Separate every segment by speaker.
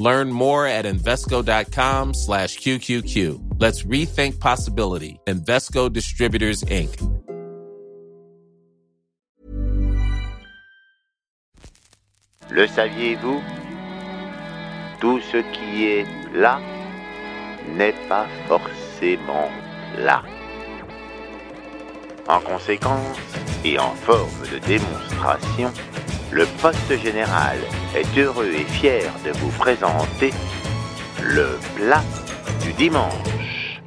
Speaker 1: Learn more at Invesco.com slash QQQ. Let's rethink possibility. Invesco Distributors, Inc.
Speaker 2: Le saviez-vous Tout ce qui est là n'est pas forcément là. En conséquence, et en forme de démonstration, le poste général est heureux et fier de vous présenter le plat du dimanche.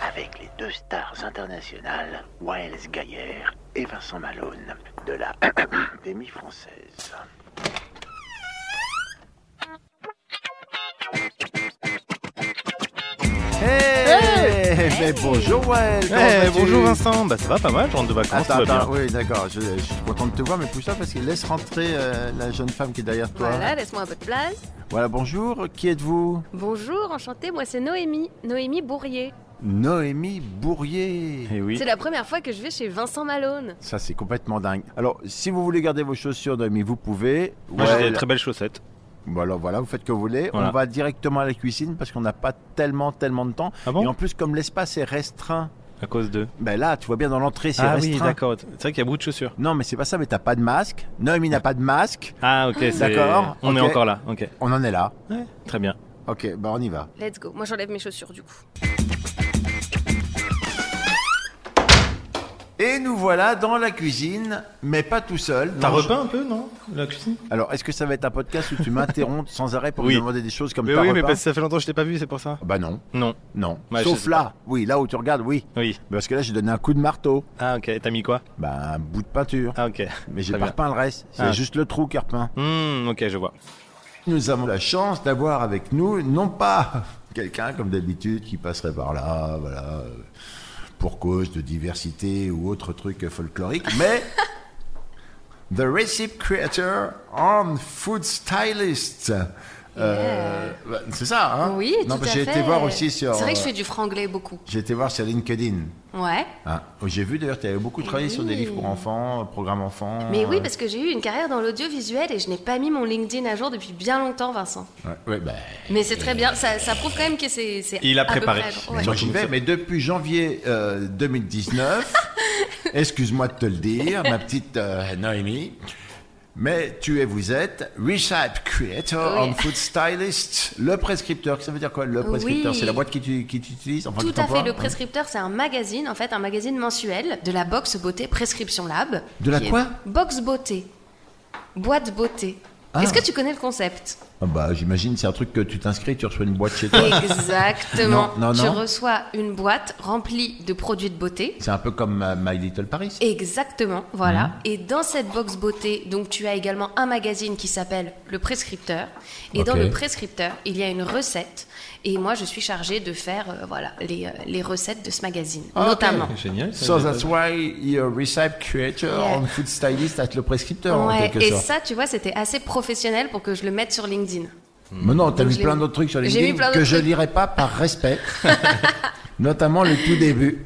Speaker 2: Avec les deux stars internationales, Waels Gaillère et Vincent Malone, de la Académie française.
Speaker 3: Hey, Mais bonjour Wael comment
Speaker 4: Eh,
Speaker 3: vas-tu
Speaker 4: bonjour Vincent, bah ça va pas mal, je rentre de vacances,
Speaker 3: Attends,
Speaker 4: tout va
Speaker 3: attends, oui d'accord, je, je suis content de te voir mais pousse ça parce que laisse rentrer euh, la jeune femme qui est derrière toi.
Speaker 5: Voilà, laisse-moi un peu de place.
Speaker 3: Voilà, bonjour, qui êtes-vous
Speaker 5: Bonjour, enchantée, moi c'est Noémie, Noémie Bourrier.
Speaker 3: Noémie Bourrier.
Speaker 4: bien. Et Eh oui.
Speaker 5: C'est la première fois que je vais chez Vincent Malone.
Speaker 3: Ça c'est complètement dingue. Alors si vous voulez garder vos chaussures Noémie, vous pouvez.
Speaker 4: Moi
Speaker 3: Wael-
Speaker 4: j'ai des très belles chaussettes.
Speaker 3: Bon, alors voilà, vous faites ce que vous voulez.
Speaker 4: Voilà.
Speaker 3: On va directement à la cuisine parce qu'on n'a pas tellement tellement de temps.
Speaker 4: Ah
Speaker 3: Et en plus comme l'espace est restreint,
Speaker 4: À cause de.
Speaker 3: ben là tu vois bien dans l'entrée c'est
Speaker 4: Ah oui,
Speaker 3: restreint.
Speaker 4: d'accord. C'est vrai qu'il y a beaucoup de chaussures.
Speaker 3: non mais c'est pas ça, mais t'as pas de masque. Noémie n'a pas de masque.
Speaker 4: Ah ok, c'est.
Speaker 3: D'accord,
Speaker 4: On est
Speaker 3: ok.
Speaker 4: encore là, ok.
Speaker 3: On en est là.
Speaker 4: Ouais, très bien.
Speaker 3: Ok, bah on y va.
Speaker 5: Let's go. Moi j'enlève mes chaussures du coup.
Speaker 3: Et nous voilà dans la cuisine, mais pas tout seul.
Speaker 4: T'as
Speaker 3: Non, je-
Speaker 4: repeint un peu, non La cuisine
Speaker 3: Alors, est-ce que ça va être un podcast où tu m'interromps sans arrêt pour
Speaker 4: Oui.
Speaker 3: me demander des choses comme
Speaker 4: Mais
Speaker 3: t'as
Speaker 4: oui, mais
Speaker 3: repeint
Speaker 4: parce que ça fait longtemps que je t'ai pas vu, c'est pour ça.
Speaker 3: Bah non,
Speaker 4: Non,
Speaker 3: non.
Speaker 4: Ouais, je
Speaker 3: Sauf
Speaker 4: sais
Speaker 3: là, oui, là où tu regardes, oui.
Speaker 4: oui.
Speaker 3: Parce que là, j'ai donné un coup de marteau.
Speaker 4: Ah ok, t'as mis quoi
Speaker 3: Bah, un bout de peinture.
Speaker 4: Ah ok.
Speaker 3: Mais j'ai
Speaker 4: très
Speaker 3: pas
Speaker 4: bien.
Speaker 3: repeint le reste. C'est
Speaker 4: Ah.
Speaker 3: juste le trou qui est repeint.
Speaker 4: Hmm, ok, je vois.
Speaker 3: Nous avons la chance d'avoir avec nous, non pas quelqu'un comme d'habitude qui passerait par là, voilà, euh, pour cause de diversité ou autre truc folklorique, mais The Recipe Creator and Food Stylist. Euh, bah, c'est ça, hein
Speaker 5: Oui,
Speaker 3: Non,
Speaker 5: tout
Speaker 3: parce
Speaker 5: à
Speaker 3: que j'ai
Speaker 5: fait.
Speaker 3: été voir aussi sur.
Speaker 5: C'est vrai que je
Speaker 3: euh,
Speaker 5: fais du franglais beaucoup.
Speaker 3: J'ai été voir sur LinkedIn.
Speaker 5: Ouais.
Speaker 3: hein. J'ai vu d'ailleurs, tu avais beaucoup travaillé sur des
Speaker 5: Eh oui.
Speaker 3: livres pour enfants, euh, programmes enfants.
Speaker 5: Mais oui,
Speaker 3: euh,
Speaker 5: parce que j'ai eu une carrière dans l'audiovisuel et je n'ai pas mis mon LinkedIn à jour depuis bien longtemps, Vincent.
Speaker 3: ouais, ouais, bah,
Speaker 5: Mais c'est très bien, ça, ça prouve quand même que c'est. c'est
Speaker 4: Il a
Speaker 5: à peu
Speaker 4: préparé.
Speaker 5: près à jour. Ouais.
Speaker 3: Moi j'y vais, mais depuis janvier euh, 2019, excuse-moi de te le dire, ma petite euh, Noémie, mais tu es, vous êtes Recipe Creator
Speaker 5: Oui.
Speaker 3: and Food Stylist, le prescripteur. Ça veut dire quoi le prescripteur
Speaker 5: Oui.
Speaker 3: C'est la boîte qui tu, qui tu utilises enfin,
Speaker 5: Tout
Speaker 3: qui
Speaker 5: à
Speaker 3: t'emploie
Speaker 5: fait, le prescripteur, c'est un magazine, en fait, un magazine mensuel de la box beauté Prescription Lab.
Speaker 3: De la
Speaker 5: qui est-
Speaker 3: quoi
Speaker 5: Box beauté. Boîte beauté.
Speaker 3: Ah.
Speaker 5: Est-ce que tu connais le concept
Speaker 3: Ah bah, J'imagine, c'est un truc que tu t'inscris, tu reçois une boîte chez toi.
Speaker 5: Exactement.
Speaker 3: Non, non,
Speaker 5: tu
Speaker 3: non.
Speaker 5: reçois une boîte remplie de produits de beauté.
Speaker 3: c'est un peu comme euh, My Little Paris.
Speaker 5: Exactement,
Speaker 3: Mmh.
Speaker 5: voilà. Et dans cette box beauté, donc tu as également un magazine qui s'appelle Le Prescripteur. Et dans
Speaker 3: Ok.
Speaker 5: le Prescripteur, il y a une recette. Et moi, je suis chargée de faire euh, voilà, les, euh, les recettes de ce magazine,
Speaker 3: Ah, ok.
Speaker 5: notamment.
Speaker 4: Génial. ça,
Speaker 3: So
Speaker 4: j'ai-
Speaker 3: that's why you're Recipe Creator
Speaker 5: Yeah.
Speaker 3: and Food Stylist at le prescripteur en
Speaker 5: Ouais,
Speaker 3: quelque
Speaker 5: et
Speaker 3: sorte.
Speaker 5: ça, tu vois, c'était assez professionnel pour que je le mette sur LinkedIn.
Speaker 3: Mais non, t'as
Speaker 5: Donc
Speaker 3: mis
Speaker 5: je l'ai
Speaker 3: plein
Speaker 5: mis.
Speaker 3: d'autres trucs sur
Speaker 5: J'ai
Speaker 3: LinkedIn
Speaker 5: mis plein
Speaker 3: que
Speaker 5: d'autres
Speaker 3: je
Speaker 5: trucs.
Speaker 3: lirai pas par respect. Notamment le tout début.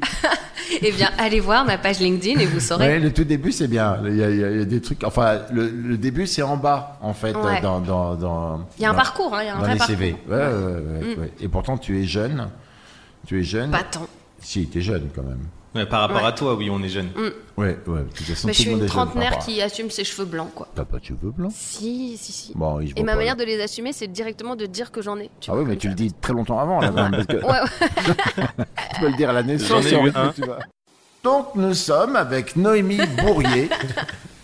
Speaker 5: eh bien, allez voir ma page LinkedIn et vous saurez.
Speaker 3: Ouais, le tout début, c'est bien. Il y, a, il y a- il y a des trucs. Enfin, le, le début, c'est en bas, en fait.
Speaker 5: Ouais.
Speaker 3: euh, Dans, dans, dans,
Speaker 5: Il y a un
Speaker 3: dans-
Speaker 5: parcours, hein, il y a un
Speaker 3: dans
Speaker 5: vrai
Speaker 3: les CV.
Speaker 5: parcours. Mm.
Speaker 3: Ouais, ouais, ouais, ouais. Et pourtant, tu es jeune. Tu es jeune.
Speaker 5: Pas tant.
Speaker 3: Si, tu es jeune quand même.
Speaker 4: Ouais, par rapport à toi, oui, on est jeune.
Speaker 5: Mm,
Speaker 3: Ouais, ouais. De toute façon,
Speaker 5: Mais je
Speaker 3: tout
Speaker 5: suis
Speaker 3: le monde
Speaker 5: une
Speaker 3: est jeune par
Speaker 5: trentenaire
Speaker 3: rapport à-
Speaker 5: qui assume ses cheveux blancs, quoi.
Speaker 3: T'as pas de cheveux blancs
Speaker 5: Si, si, si.
Speaker 3: Bon, je
Speaker 5: Et ma manière de les assumer, c'est directement de dire que j'en ai.
Speaker 3: Ah oui, mais tu le dis très longtemps avant, là, parce que
Speaker 5: Ouais, ouais.
Speaker 3: tu peux le dire à la naissance.
Speaker 4: J'en ai
Speaker 3: si on
Speaker 4: eu
Speaker 3: veut,
Speaker 4: un.
Speaker 3: tu vois. Donc, nous sommes avec Noémie Bourrier.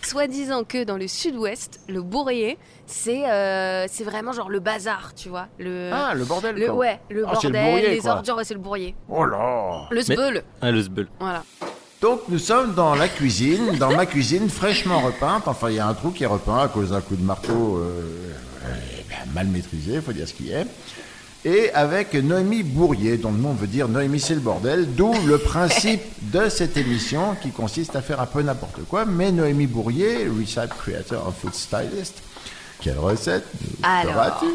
Speaker 5: Soi-disant que dans le sud-ouest, le bourrier, c'est euh, c'est vraiment genre le bazar, tu vois. Le,
Speaker 3: Ah, le bordel,
Speaker 5: le,
Speaker 3: quoi.
Speaker 5: Ouais, le
Speaker 3: Ah, c'est
Speaker 5: bordel,
Speaker 3: le bourrier,
Speaker 5: les
Speaker 3: quoi.
Speaker 5: ordures, ouais, c'est le bourrier.
Speaker 3: Oh là
Speaker 5: Le
Speaker 4: Mais-
Speaker 5: sbeul,
Speaker 4: Ah, le sbeul.
Speaker 5: voilà.
Speaker 3: Donc nous sommes dans la cuisine, dans ma cuisine fraîchement repeinte. Enfin, il y a un trou qui est eh ben, repeint à cause d'un coup de marteau euh, euh, mal maîtrisé, faut dire ce qu'il est. et avec Noémie Bourrier, dont le nom veut dire Noémie c'est le bordel, d'où le principe de cette émission qui consiste à faire un peu n'importe quoi. Mais Noémie Bourrier, Recipe Creator of Food Stylist, quelle recette
Speaker 5: Alors,
Speaker 3: feras-tu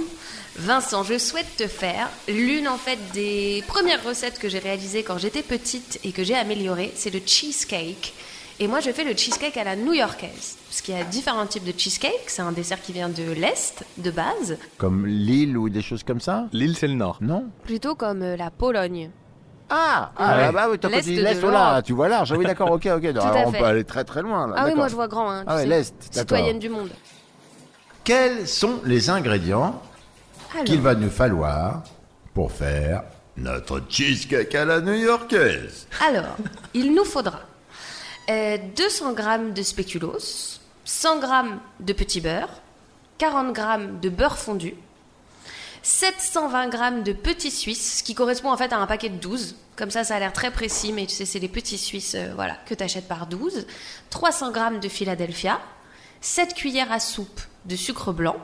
Speaker 5: Vincent, je souhaite te faire l'une en fait des premières recettes que j'ai réalisées quand j'étais petite et que j'ai améliorée, c'est le cheesecake. Et moi, je fais le cheesecake à la new-yorkaise, parce qu'il y a différents types de cheesecake. C'est un dessert qui vient de l'est de base,
Speaker 3: Comme Lille ou des choses comme ça
Speaker 4: L'île, c'est le nord.
Speaker 3: Non
Speaker 5: plutôt comme euh, la Pologne.
Speaker 3: Ah, ah,
Speaker 4: Ouais.
Speaker 3: bah, bah oui, t'as
Speaker 5: L'Est
Speaker 3: dit
Speaker 5: de
Speaker 3: l'Est,
Speaker 5: l'Europe.
Speaker 3: voilà, tu vois large. Ah oui, d'accord, ok, ok. Alors,
Speaker 5: à
Speaker 3: on
Speaker 5: fait.
Speaker 3: peut aller très très loin. Là.
Speaker 5: Ah oui,
Speaker 3: d'accord.
Speaker 5: moi je vois grand. Hein, tu
Speaker 3: Ah ouais,
Speaker 5: sais.
Speaker 3: l'Est, d'accord.
Speaker 5: Citoyenne du monde.
Speaker 3: Quels sont les ingrédients
Speaker 5: Alors,
Speaker 3: qu'il va nous falloir pour faire notre cheesecake à la new-yorkaise
Speaker 5: Alors, il nous faudra euh, 200 g de spéculoos, 100 g de petit beurre, 40 g de beurre fondu, 720 g de petits suisses, ce qui correspond en fait à un paquet de 12. Comme ça, ça a l'air très précis, mais tu sais, c'est des petits suisses euh, voilà, que tu achètes par 12. 300 g de Philadelphia, 7 cuillères à soupe de sucre blanc,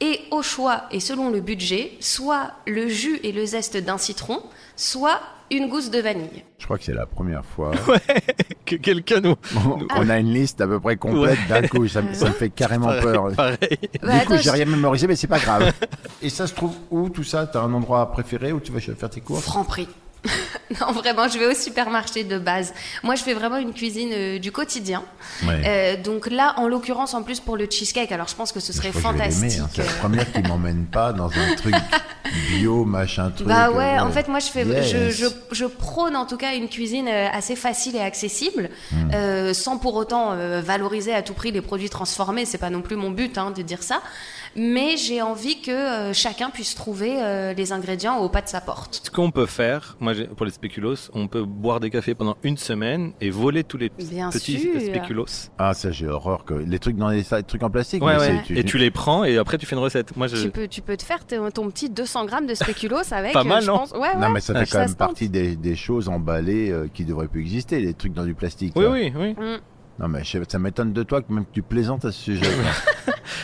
Speaker 5: et au choix et selon le budget, soit le jus et le zeste d'un citron, soit une gousse de vanille.
Speaker 3: Je crois que c'est la première fois.
Speaker 4: Que quelqu'un nous.
Speaker 3: On- On a une liste à peu près complète d'un coup. Ça, me- ça me fait carrément peur.
Speaker 4: Pareil.
Speaker 5: Bah,
Speaker 3: du coup,
Speaker 5: attends,
Speaker 3: j'ai
Speaker 5: je-
Speaker 3: rien mémorisé, mais c'est pas grave. Et ça se trouve où tout ça T'as un endroit préféré où tu vas faire tes courses
Speaker 5: Franprix. non, vraiment, je vais au supermarché de base. Moi, je fais vraiment une cuisine euh, du quotidien.
Speaker 3: Ouais.
Speaker 5: Euh, donc là, en l'occurrence, en plus pour le cheesecake, alors je pense que ce
Speaker 3: Je
Speaker 5: serait
Speaker 3: crois que je vais l'aimer,
Speaker 5: fantastique. euh,
Speaker 3: hein. C'est la première qui m'emmène pas dans un truc bio, machin, truc.
Speaker 5: Bah ouais,
Speaker 3: euh,
Speaker 5: en fait, moi, je, fais, je,
Speaker 3: Yes.
Speaker 5: je, je prône en tout cas une cuisine euh, assez facile et accessible,
Speaker 3: Hmm.
Speaker 5: euh, sans pour autant euh, valoriser à tout prix les produits transformés. C'est pas non plus mon but hein, de dire ça, mais j'ai envie que euh, chacun puisse trouver euh, les ingrédients au pas de sa porte.
Speaker 4: Ce qu'on peut faire, moi, j'ai- pour les spéculos, on peut boire des cafés pendant une semaine et voler tous les
Speaker 5: Bien
Speaker 4: petits
Speaker 5: sûr.
Speaker 4: spéculos.
Speaker 3: Ah, ça, j'ai horreur que. Les trucs dans les, les trucs en plastique.
Speaker 4: Ouais,
Speaker 3: mais
Speaker 4: ouais.
Speaker 3: c'est-
Speaker 4: Et tu les prends et après tu fais une recette. Moi,
Speaker 3: Euh,
Speaker 4: je.
Speaker 5: Tu peux, tu peux te faire ton, ton petit 200 grammes de spéculoos avec.
Speaker 4: Pas mal,
Speaker 5: euh, je
Speaker 4: non
Speaker 5: pense- ouais,
Speaker 3: Non,
Speaker 5: ouais.
Speaker 3: mais ça
Speaker 4: Ah,
Speaker 3: fait
Speaker 5: Ça
Speaker 3: quand
Speaker 5: se
Speaker 3: même
Speaker 5: tente.
Speaker 3: partie des, des choses emballées euh, qui devraient plus exister, les trucs dans du plastique.
Speaker 4: Oui,
Speaker 3: là.
Speaker 4: oui, oui.
Speaker 5: Mm.
Speaker 3: Non, mais je- ça m'étonne de toi que même que tu plaisantes à ce sujet.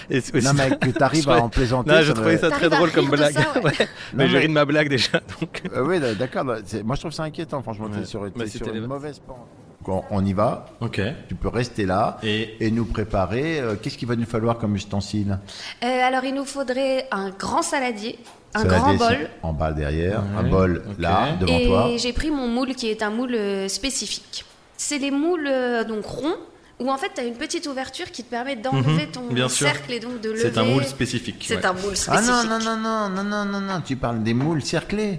Speaker 4: Et c'est-
Speaker 3: non, mais que t'arrives à en plaisanter.
Speaker 4: Non, je
Speaker 3: me-
Speaker 4: trouvais ça très
Speaker 5: T'arrives à
Speaker 4: drôle comme
Speaker 5: rire de
Speaker 4: blague.
Speaker 5: ça, ouais.
Speaker 4: Ouais. Mais
Speaker 3: Non,
Speaker 4: je
Speaker 3: mais-
Speaker 4: ris de ma blague déjà, donc.
Speaker 3: Euh, oui, d'accord. là, c'est- Moi, je trouve ça inquiétant, franchement. T'es
Speaker 4: Ouais.
Speaker 3: sur,
Speaker 4: Bah,
Speaker 3: t'es sur
Speaker 4: c'était
Speaker 3: une
Speaker 4: les-
Speaker 3: mauvaise pente. Donc, on- on y va.
Speaker 4: Ok.
Speaker 3: Tu peux rester là
Speaker 4: Et
Speaker 3: et nous préparer. euh, Qu'est-ce qu'il va nous falloir comme ustensile
Speaker 5: Euh, alors, il nous faudrait un grand saladier, un
Speaker 3: Ça va
Speaker 5: grand
Speaker 3: des-
Speaker 5: bol.
Speaker 3: En bas derrière, un
Speaker 4: Ouais,
Speaker 3: bol
Speaker 4: ok.
Speaker 3: là, devant toi.
Speaker 5: Et j'ai pris mon moule qui est un moule euh, spécifique. C'est les moules euh, donc ronds où en fait tu as une petite ouverture qui te permet d'enlever
Speaker 4: Mhm,
Speaker 5: ton
Speaker 4: bien sûr.
Speaker 5: cercle et donc de lever.
Speaker 4: c'est un moule spécifique.
Speaker 5: C'est
Speaker 4: ouais.
Speaker 5: un moule
Speaker 3: Ah
Speaker 5: spécifique.
Speaker 3: non, non, non, non, non, non, non, non, tu parles des moules cerclés.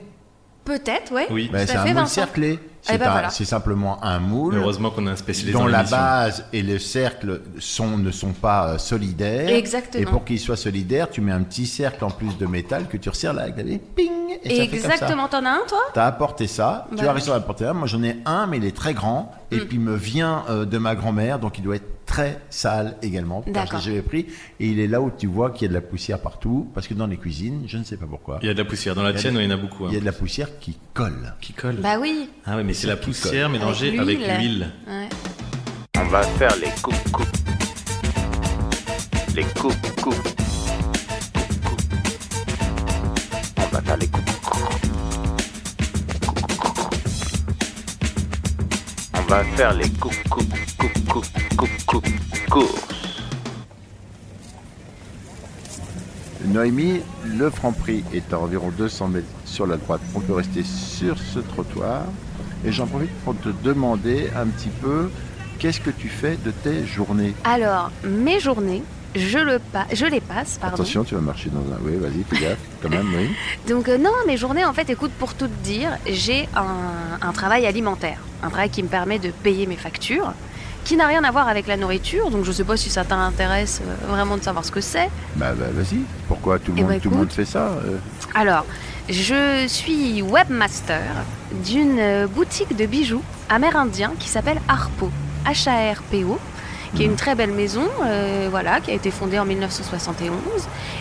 Speaker 5: Peut-être, ouais.
Speaker 4: Oui.
Speaker 3: Ben,
Speaker 5: Tout
Speaker 3: c'est
Speaker 5: à fait,
Speaker 3: un moule
Speaker 5: Vincent.
Speaker 3: cerclé. C'est
Speaker 5: ben
Speaker 3: un-
Speaker 5: voilà.
Speaker 3: c'est simplement un moule
Speaker 4: Heureusement qu'on a un spécialiste
Speaker 3: dont
Speaker 4: dans
Speaker 3: la
Speaker 4: l'émission.
Speaker 3: base et le cercle sont, ne sont pas euh, solidaires.
Speaker 5: Exactement.
Speaker 3: Et pour qu'ils soient solidaires, tu mets un petit cercle en plus de métal que tu resserres là. Regardez, ping et ça fait comme ça.
Speaker 5: Exactement, t'en as un toi
Speaker 3: T'as apporté ça, tu
Speaker 5: Bah. Mm.
Speaker 3: as réussi à apporter un. Moi j'en ai un, mais il est très grand et puis il me vient euh, de ma grand-mère, donc il doit être très sale également. car
Speaker 5: D'accord.
Speaker 3: Je l'avais pris et il est là où tu vois qu'il y a de la poussière partout, parce que dans les cuisines, je ne sais pas pourquoi,
Speaker 4: Il y a de la poussière. Dans la
Speaker 3: Il y a
Speaker 4: tienne,
Speaker 3: de-
Speaker 4: il y en a beaucoup. hein.
Speaker 3: il y a de la poussière qui colle.
Speaker 4: Qui colle.
Speaker 5: Bah oui.
Speaker 4: Ah ouais, mais c'est la poussière mélangée avec
Speaker 5: Avec l'huile.
Speaker 4: l'huile.
Speaker 5: Ouais.
Speaker 2: On va faire les coupes coupes. Les coupes coupes. Coupes, coupes. On va faire les coupes coupes. Coupes, coupes. On va faire les coupes coupes coupes coupes coupes coupes courses.
Speaker 3: Noémie, le Franprix est à environ 200 mètres sur la droite. On peut rester sur ce trottoir. Et j'en profite pour te demander un petit peu, qu'est-ce que tu fais de tes journées
Speaker 5: Alors, mes journées, je, le pa- je les passe, pardon.
Speaker 3: Attention, tu vas marcher dans un... Oui, vas-y, fais gaffe, quand même, oui.
Speaker 5: Donc euh, non, mes journées, en fait, écoute, pour tout te dire, j'ai un, un travail alimentaire, un travail qui me permet de payer mes factures, qui n'a rien à voir avec la nourriture, donc je sais pas si ça t'intéresse euh, vraiment de savoir ce que c'est.
Speaker 3: Bah, bah, vas-y, pourquoi tout le,
Speaker 5: Eh
Speaker 3: monde,
Speaker 5: ben,
Speaker 3: tout le
Speaker 5: écoute.
Speaker 3: monde fait ça euh
Speaker 5: Alors, je suis webmaster d'une euh, boutique de bijoux amérindien qui s'appelle Harpo, H-A-R-P-O, qui est une très belle maison, euh, voilà, qui a été fondée en 1971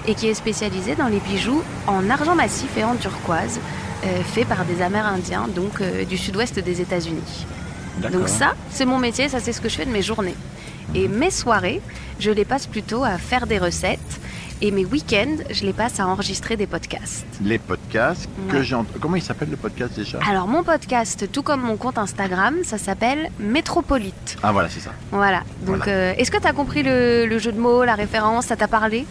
Speaker 5: et qui est spécialisée dans les bijoux en argent massif et en turquoise, euh, faits par des Amérindiens, donc euh, du sud-ouest des États-Unis. Donc ça, c'est mon métier, ça c'est ce que je fais de mes journées. Et mes soirées, je les passe plutôt à faire des recettes Et mes week-ends, je les passe à enregistrer des podcasts.
Speaker 3: Les podcasts que j'entends. Comment il s'appelle le podcast déjà
Speaker 5: Alors mon podcast, tout comme mon compte Instagram, ça s'appelle Métropolite.
Speaker 3: Ah voilà, c'est ça.
Speaker 5: Voilà. Donc
Speaker 3: Voilà.
Speaker 5: euh, est-ce que t'as compris le, le jeu de mots, la référence, ça t'a parlé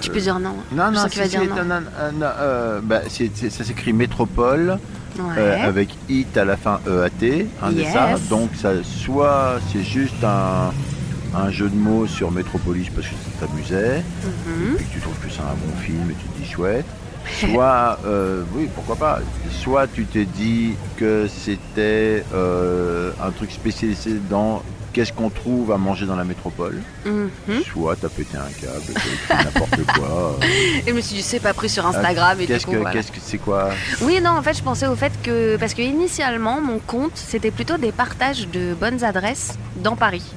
Speaker 5: Tu peux dire non.
Speaker 3: Non,
Speaker 5: Je
Speaker 3: non,
Speaker 5: sens que tu
Speaker 3: si,
Speaker 5: vas
Speaker 3: si,
Speaker 5: dire
Speaker 3: non,
Speaker 5: non.
Speaker 3: non, euh, non, euh, bah, c'est- c'est- ça s'écrit Métropole
Speaker 5: Ouais.
Speaker 3: euh, avec IT à la fin EAT, un des
Speaker 5: Yes.
Speaker 3: ça. Donc ça, soit c'est juste un, un jeu de mots sur Métropolis parce que ça t'amusait,
Speaker 5: Mhm.
Speaker 3: et que tu trouves que c'est un bon film et tu te dis chouette. Soit, euh, oui, pourquoi pas. Soit tu t'es dit que c'était euh, un truc spécialisé dans qu'est-ce qu'on trouve à manger dans la métropole.
Speaker 5: Mhm.
Speaker 3: Soit t'as pété un câble, t'as écrit n'importe quoi. euh,
Speaker 5: Et je me suis dit, c'est pas pris sur Instagram et
Speaker 3: Ah, Qu'est-ce
Speaker 5: tout.
Speaker 3: que
Speaker 5: voilà.
Speaker 3: qu'est-ce que c'est quoi
Speaker 5: Oui, non, en fait, je pensais au fait que. Parce que initialement, mon compte, c'était plutôt des partages de bonnes adresses dans Paris.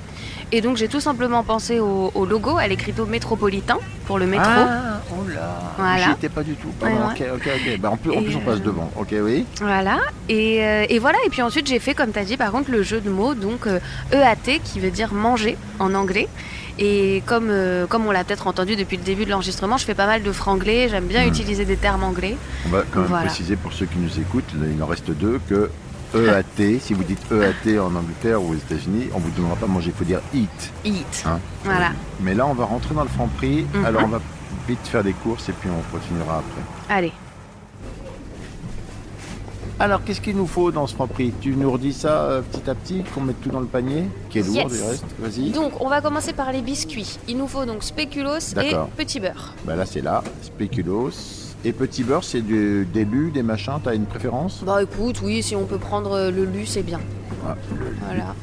Speaker 5: Et donc, j'ai tout simplement pensé au, au logo, à l'écriteau métropolitain pour le métro.
Speaker 3: Ah, oh là
Speaker 5: Voilà.
Speaker 3: J'y étais pas du tout.
Speaker 5: Ouais,
Speaker 3: Pardon, Ok, ok, ok. Bah, en plus, en
Speaker 5: Et,
Speaker 3: plus, on
Speaker 5: euh,
Speaker 3: passe devant. Ok, oui.
Speaker 5: Voilà. Et, euh, et voilà. Et puis ensuite, j'ai fait, comme tu as dit, par contre, le jeu de mots, donc euh, EAT, qui veut dire manger en anglais. Et comme, euh, comme on l'a peut-être entendu depuis le début de l'enregistrement, je fais pas mal de franglais, j'aime bien
Speaker 3: Mhm.
Speaker 5: utiliser des termes anglais.
Speaker 3: On va quand même
Speaker 5: Voilà.
Speaker 3: préciser pour ceux qui nous écoutent, là, il en reste deux, que EAT, si vous dites EAT en Angleterre ou aux États-Unis, on vous demandera pas de manger, il faut dire eat.
Speaker 5: Eat.
Speaker 3: Hein.
Speaker 5: Voilà.
Speaker 3: Euh, Mais là, on va rentrer dans le franc prix.
Speaker 5: Mhm.
Speaker 3: Alors, on va vite faire des courses et puis on continuera après.
Speaker 5: Allez.
Speaker 3: Alors, qu'est-ce qu'il nous faut dans ce franc prix Tu nous redis ça euh, petit à petit, qu'on mette tout dans le panier, qui est lourd
Speaker 5: Yes.
Speaker 3: du reste. Vas-y.
Speaker 5: Donc, on va commencer par les biscuits. Il nous faut donc spéculoos et
Speaker 3: D'accord.
Speaker 5: petit beurre.
Speaker 3: Bah là, c'est là, spéculoos. Et petit beurre, c'est du début, des machins, t'as une préférence
Speaker 5: Bah écoute, oui, si on peut prendre euh, le lu, c'est bien.
Speaker 3: Ah, le-
Speaker 5: Voilà.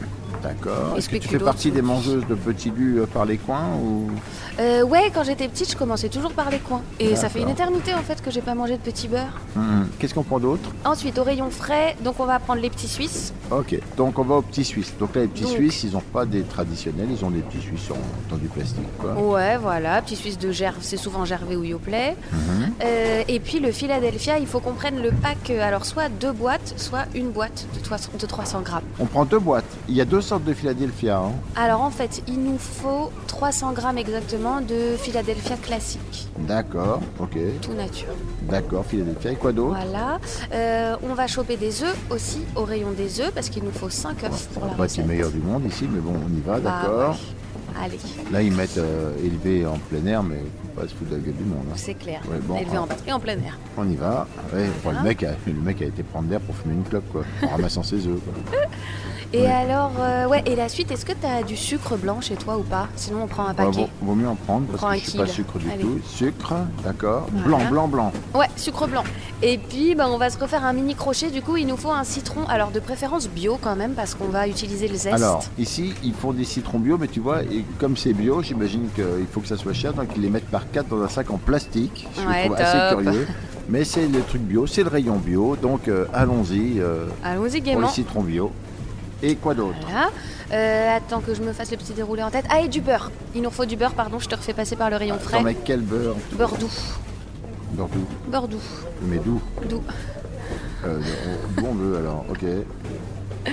Speaker 3: D'accord.
Speaker 5: Et
Speaker 3: Est-ce que tu fais
Speaker 5: spéculoos,
Speaker 3: partie
Speaker 5: oui.
Speaker 3: des mangeuses de petits lus euh, par les coins ou
Speaker 5: Euh, ouais, quand j'étais petite, je commençais toujours par les coins. Et ça fait une
Speaker 3: D'accord.
Speaker 5: éternité en fait que j'ai pas mangé de petit beurre.
Speaker 3: Hum, Qu'est-ce qu'on prend d'autre
Speaker 5: Ensuite, au rayon frais, donc on va prendre les petits suisses.
Speaker 3: Ok, donc on va aux petits Suisses. Donc là, les petits
Speaker 5: Donc.
Speaker 3: Suisses, ils n'ont pas des traditionnels, ils ont des petits Suisses en, dans du plastique, quoi.
Speaker 5: Ouais, voilà, petits suisses de Gerve, c'est souvent Gervais ou Yoplait.
Speaker 3: Mhm.
Speaker 5: Euh, et puis le Philadelphia, il faut qu'on prenne le pack, euh, alors soit deux boîtes, soit une boîte de 300 de 300 grammes.
Speaker 3: On prend deux boîtes. Il y a deux sortes de Philadelphia. hein.
Speaker 5: Alors en fait, il nous faut 300 grammes exactement de Philadelphia classique,
Speaker 3: D'accord, ok.
Speaker 5: tout nature.
Speaker 3: Oh. D'accord, Philadelphia. Et quoi d'autre
Speaker 5: Voilà. Euh, on va choper des œufs aussi au rayon des œufs parce qu'il nous faut 5 œufs
Speaker 3: Ça
Speaker 5: pour
Speaker 3: va pas
Speaker 5: la
Speaker 3: être les
Speaker 5: recette.
Speaker 3: meilleurs du monde ici, mais bon, on y va,
Speaker 5: Bah,
Speaker 3: d'accord.
Speaker 5: ouais. Allez,
Speaker 3: Là, ils mettent euh, élevé en plein air, mais faut pas se foutre de la gueule du monde. hein.
Speaker 5: c'est clair.
Speaker 3: Ouais, bon,
Speaker 5: Élevé
Speaker 3: hein.
Speaker 5: en batterie en plein air.
Speaker 3: On y va. Ouais, enfin,
Speaker 5: Voilà.
Speaker 3: le, mec a, le mec a été prendre l'air pour fumer une clope, quoi, en ramassant ses œufs. quoi.
Speaker 5: Et
Speaker 3: Ouais.
Speaker 5: alors, euh, ouais, et la suite, est-ce que t'as du sucre blanc chez toi ou pas Sinon, on prend un
Speaker 3: Ouais,
Speaker 5: paquet.
Speaker 3: vaut, vaut mieux en prendre
Speaker 5: prend
Speaker 3: parce que
Speaker 5: un
Speaker 3: je suis pas
Speaker 5: kilo.
Speaker 3: sucre du
Speaker 5: Allez.
Speaker 3: tout. Sucre, d'accord.
Speaker 5: Voilà.
Speaker 3: Blanc, blanc, blanc.
Speaker 5: Ouais, sucre blanc. Et puis, bah, on va se refaire un mini crochet. Du coup, il nous faut un citron. Alors, de préférence bio quand même, parce qu'on va utiliser le zeste.
Speaker 3: Alors, ici, ils font des citrons bio, mais tu vois, et comme c'est bio, j'imagine qu'il faut que ça soit cher, donc ils les mettent par quatre dans un sac en plastique. Je
Speaker 5: Ouais,
Speaker 3: trouve assez
Speaker 5: top.
Speaker 3: curieux. Mais c'est le truc bio, c'est le rayon bio, donc euh, allons-y euh,
Speaker 5: Allons-y
Speaker 3: pour les
Speaker 5: gaiement.
Speaker 3: citrons bio. Et quoi d'autre
Speaker 5: Voilà. Euh, attends que je me fasse le petit déroulé en tête. Ah, et du beurre. Il nous faut du beurre, pardon, je te refais passer par le rayon frais.
Speaker 3: Attends, mais quel beurre
Speaker 5: Beurre doux.
Speaker 3: Beurre doux.
Speaker 5: Beurre doux.
Speaker 3: Mais d'où
Speaker 5: Doux.
Speaker 3: Euh, on- D'où on veut alors, ok.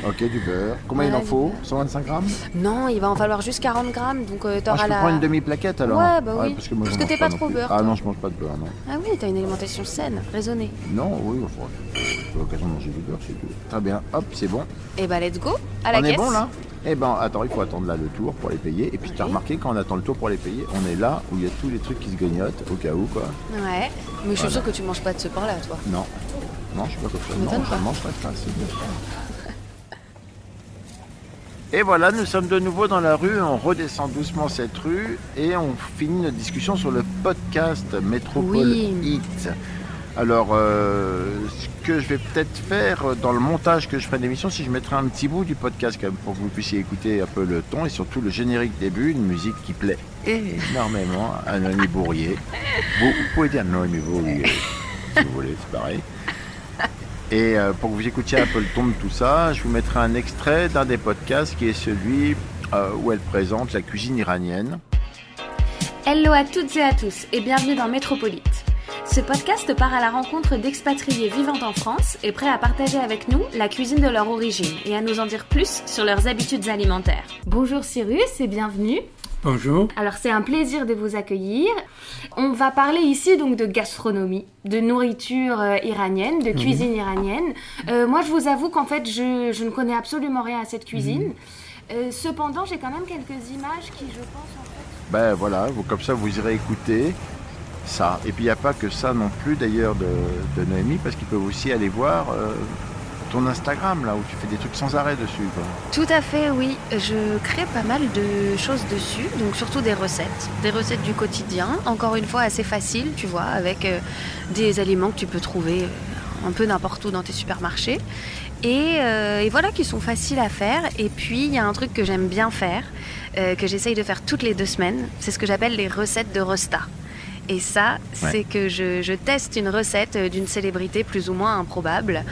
Speaker 3: Ok, du beurre. Combien il en
Speaker 5: Ouais, du
Speaker 3: faut 125 grammes
Speaker 5: Non, il va en falloir juste 40 grammes, donc euh,
Speaker 3: Ah, je
Speaker 5: t'auras
Speaker 3: peux
Speaker 5: la.
Speaker 3: prendre une demi-plaquette alors
Speaker 5: Ouais, bah oui.
Speaker 3: parce que moi,
Speaker 5: Parce
Speaker 3: je
Speaker 5: que
Speaker 3: mange
Speaker 5: t'es pas
Speaker 3: non
Speaker 5: trop
Speaker 3: plus.
Speaker 5: beurre,
Speaker 3: Ah
Speaker 5: toi.
Speaker 3: non, je mange pas de beurre, non.
Speaker 5: Ah oui, t'as une alimentation saine, raisonnée.
Speaker 3: Non, oui, enfin, j'ai l'occasion de manger du beurre, c'est tout. Très bien, hop, c'est bon.
Speaker 5: Et bah, let's go à la
Speaker 3: On
Speaker 5: caisse.
Speaker 3: est bon là Eh ben, attends, il faut attendre là le tour pour les payer. Et puis, t'as
Speaker 5: Oui.
Speaker 3: remarqué, quand on attend le tour pour les payer, on est là où il y a tous les trucs qui se grignotent, au cas où, quoi.
Speaker 5: Ouais. Mais je suis
Speaker 3: Voilà.
Speaker 5: sûre que tu manges pas de ce pain-là, toi.
Speaker 3: Non. Non, je suis pas comme ça.
Speaker 5: Tu
Speaker 3: Non,
Speaker 5: m'étonnes pas.
Speaker 3: je mange pas de pain, c'est bien. Et voilà, nous sommes de nouveau dans la rue, on redescend doucement cette rue et on finit notre discussion sur le podcast Métropole
Speaker 5: Oui.
Speaker 3: Hit. Alors, euh, ce que je vais peut-être faire euh, dans le montage que je ferai de l'émission, c'est que je mettrai un petit bout du podcast quand même pour que vous puissiez écouter un peu le ton et surtout le générique début, une musique qui plaît énormément à Noémie Bourrier. Vous, vous pouvez dire Noémie Bourrier si vous voulez, c'est pareil. Et euh, pour que vous écoutiez un peu le ton de tout ça, je vous mettrai un extrait d'un des podcasts qui est celui euh, où elle présente la cuisine iranienne.
Speaker 6: Hello à toutes et à tous et bienvenue dans Métropolite. Ce podcast part à la rencontre d'expatriés vivant en France et prêts à partager avec nous la cuisine de leur origine et à nous en dire plus sur leurs habitudes alimentaires. Bonjour Cyrus et bienvenue.
Speaker 7: Bonjour.
Speaker 6: Alors c'est un plaisir de vous accueillir. On va parler ici donc de gastronomie, de nourriture euh, iranienne, de cuisine iranienne. Euh, moi je vous avoue qu'en fait je, je ne connais absolument rien à cette cuisine. Euh, cependant j'ai quand même quelques images qui je pense... en fait-
Speaker 3: Ben voilà, vous, comme ça vous irez écouter ça. Et puis il n'y a pas que ça non plus d'ailleurs de, de Noémie, parce qu'ils peuvent aussi aller voir euh, ton Instagram là où tu fais des trucs sans arrêt dessus. quoi.
Speaker 5: Tout à fait, oui. Je crée pas mal de choses dessus, donc surtout des recettes, des recettes du quotidien. Encore une fois, assez facile, tu vois, avec euh, des aliments que tu peux trouver euh, un peu n'importe où dans tes supermarchés. Et, euh, et voilà, qui sont faciles à faire. Et puis, il y a un truc que j'aime bien faire, euh, que j'essaye de faire toutes les deux semaines, c'est ce que j'appelle les recettes de Rosta. Et ça, c'est que je, je teste une recette euh, d'une célébrité plus ou moins improbable.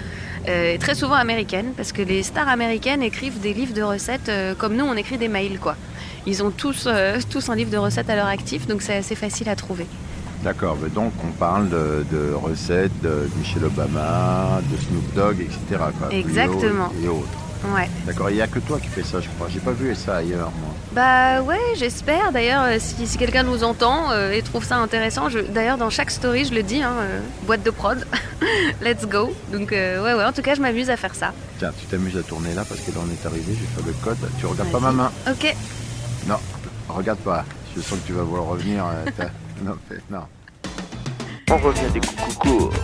Speaker 5: Euh, très souvent américaine, parce que les stars américaines écrivent des livres de recettes euh, comme nous, on écrit des mails, quoi. Ils ont tous, euh, tous un livre de recettes à leur actif, donc c'est assez facile à trouver.
Speaker 3: D'accord, mais donc on parle de, de recettes de Michelle Obama, de Snoop Dogg, etc. quoi.
Speaker 5: Exactement.
Speaker 3: Et autres.
Speaker 5: Ouais.
Speaker 3: D'accord, il n'y a que toi qui fais ça, je crois. J'ai pas vu ça ailleurs, moi.
Speaker 5: Bah ouais, j'espère. D'ailleurs, euh, si, si quelqu'un nous entend euh, et trouve ça intéressant, je- d'ailleurs, dans chaque story, je le dis, hein, euh, boîte de prod, let's go. Donc, euh, ouais, ouais, en tout cas, je m'amuse à faire ça.
Speaker 3: Tiens, tu t'amuses à tourner là parce que là on est arrivé, je vais faire le code. Tu regardes pas
Speaker 5: Vas-y.
Speaker 3: ma main.
Speaker 5: Ok,
Speaker 3: Non, regarde pas. Je sens que tu vas vouloir revenir. euh, t'as- non, mais- non.
Speaker 2: On revient des coucou courses.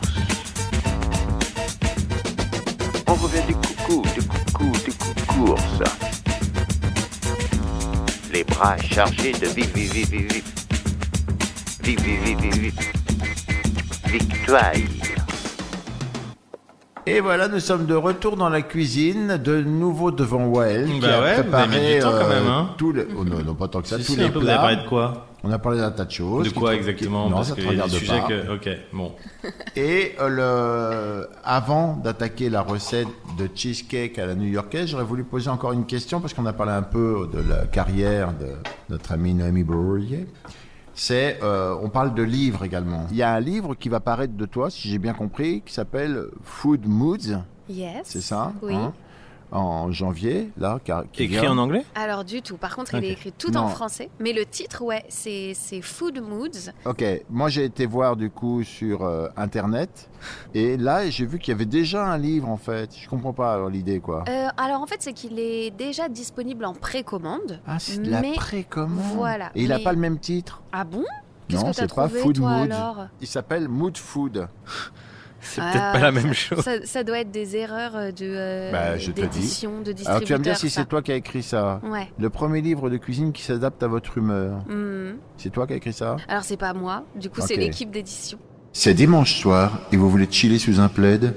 Speaker 2: On revient des coucou, des coucou, des coucou courses. Les bras chargés de vive, vive, vive, vive, vive. Vive, vive, vive, vive, vive. Victoire.
Speaker 3: Et voilà, nous sommes de retour dans la cuisine, de nouveau devant Wael, qui
Speaker 4: Bah
Speaker 3: a
Speaker 4: ouais, vous avez mis
Speaker 3: préparé
Speaker 4: du temps quand même, hein.
Speaker 3: tout le... oh, non, non, pas tant que ça, tous
Speaker 4: Si, si,
Speaker 3: les
Speaker 4: un peu, vous avez
Speaker 3: plats.
Speaker 4: parlé de quoi
Speaker 3: On a parlé d'un tas de choses.
Speaker 4: De
Speaker 3: qui-
Speaker 4: quoi
Speaker 3: qui-
Speaker 4: exactement
Speaker 3: Non,
Speaker 4: Parce
Speaker 3: ça te
Speaker 4: que les
Speaker 3: regarde
Speaker 4: sujets
Speaker 3: pas.
Speaker 4: que. Ok, bon.
Speaker 3: Et euh, le... avant d'attaquer la recette de cheesecake à la new-yorkaise, j'aurais voulu poser encore une question parce qu'on a parlé un peu de la carrière de notre amie Noémie Bourrier. C'est, euh, on parle de livres également. Il y a un livre qui va paraître de toi, si j'ai bien compris, qui s'appelle Food Moods,
Speaker 5: yes.
Speaker 3: c'est ça
Speaker 5: Oui.
Speaker 3: hein, en janvier, là, car- qui
Speaker 4: Écrit
Speaker 3: vient.
Speaker 4: en anglais
Speaker 5: Alors du tout. Par contre, il
Speaker 4: Ok.
Speaker 5: est écrit tout en
Speaker 3: Non.
Speaker 5: français. Mais le titre, ouais, c'est c'est Food Moods.
Speaker 3: Ok, moi j'ai été voir du coup sur euh, internet et là j'ai vu qu'il y avait déjà un livre en fait. Je comprends pas alors, l'idée quoi.
Speaker 5: Euh, alors en fait, c'est qu'il est déjà disponible en précommande.
Speaker 3: Ah, c'est de la
Speaker 5: mais
Speaker 3: précommande.
Speaker 5: voilà,
Speaker 3: Et il n'a
Speaker 5: mais-
Speaker 3: pas le même titre.
Speaker 5: Ah bon Qu'est-ce
Speaker 3: Non,
Speaker 5: que t'as
Speaker 3: c'est pas
Speaker 5: trouvé
Speaker 3: Food
Speaker 5: toi
Speaker 3: Moods.
Speaker 5: alors
Speaker 3: Il s'appelle Mood Food.
Speaker 4: C'est
Speaker 5: Ah,
Speaker 4: peut-être pas la même
Speaker 5: ça-
Speaker 4: chose.
Speaker 5: Ça, ça doit être des erreurs euh, de euh,
Speaker 3: Bah, je te dis.
Speaker 5: d'édition, de distributeur.
Speaker 3: Alors tu vas me dire si
Speaker 5: ça. Mm.
Speaker 3: c'est toi qui as écrit ça.
Speaker 5: Ouais.
Speaker 3: Le premier livre de cuisine qui s'adapte à votre humeur.
Speaker 5: Hmm.
Speaker 3: C'est toi qui as écrit ça
Speaker 5: Alors c'est pas moi. Du coup, c'est
Speaker 3: Ok.
Speaker 5: l'équipe d'édition.
Speaker 3: C'est dimanche soir et vous voulez chiller sous un plaid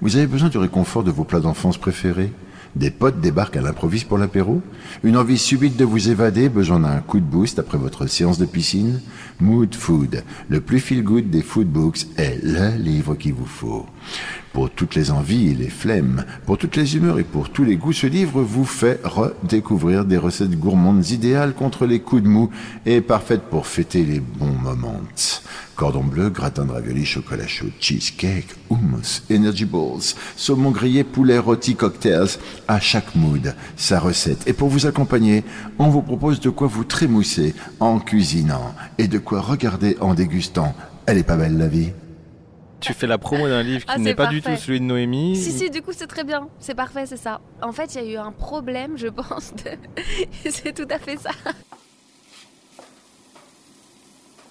Speaker 3: Vous avez besoin du réconfort de vos plats d'enfance préférés Des potes débarquent à l'improviste pour l'apéro Une envie subite de vous évader, besoin d'un coup de boost après votre séance de piscine Mood Food, le plus feel-good des food books, est le livre qu'il vous faut. Pour toutes les envies et les flemmes, pour toutes les humeurs et pour tous les goûts, ce livre vous fait redécouvrir des recettes gourmandes idéales contre les coups de mou et parfaites pour fêter les bons moments. Cordon bleu, gratin de ravioli, chocolat chaud, cheesecake, hummus, energy balls, saumon grillé, poulet rôti, cocktails, à chaque mood, sa recette. Et pour vous accompagner, on vous propose de quoi vous trémousser en cuisinant et de quoi regarder en dégustant. Elle est pas belle la vie
Speaker 4: Tu fais la promo d'un livre qui
Speaker 5: Ah,
Speaker 4: n'est
Speaker 5: c'est
Speaker 4: pas du
Speaker 5: parfait.
Speaker 4: tout celui de Noémie.
Speaker 5: Si, si, du coup, c'est très bien. C'est parfait, c'est ça. En fait, il y a eu un problème, je pense. de- c'est tout à fait ça.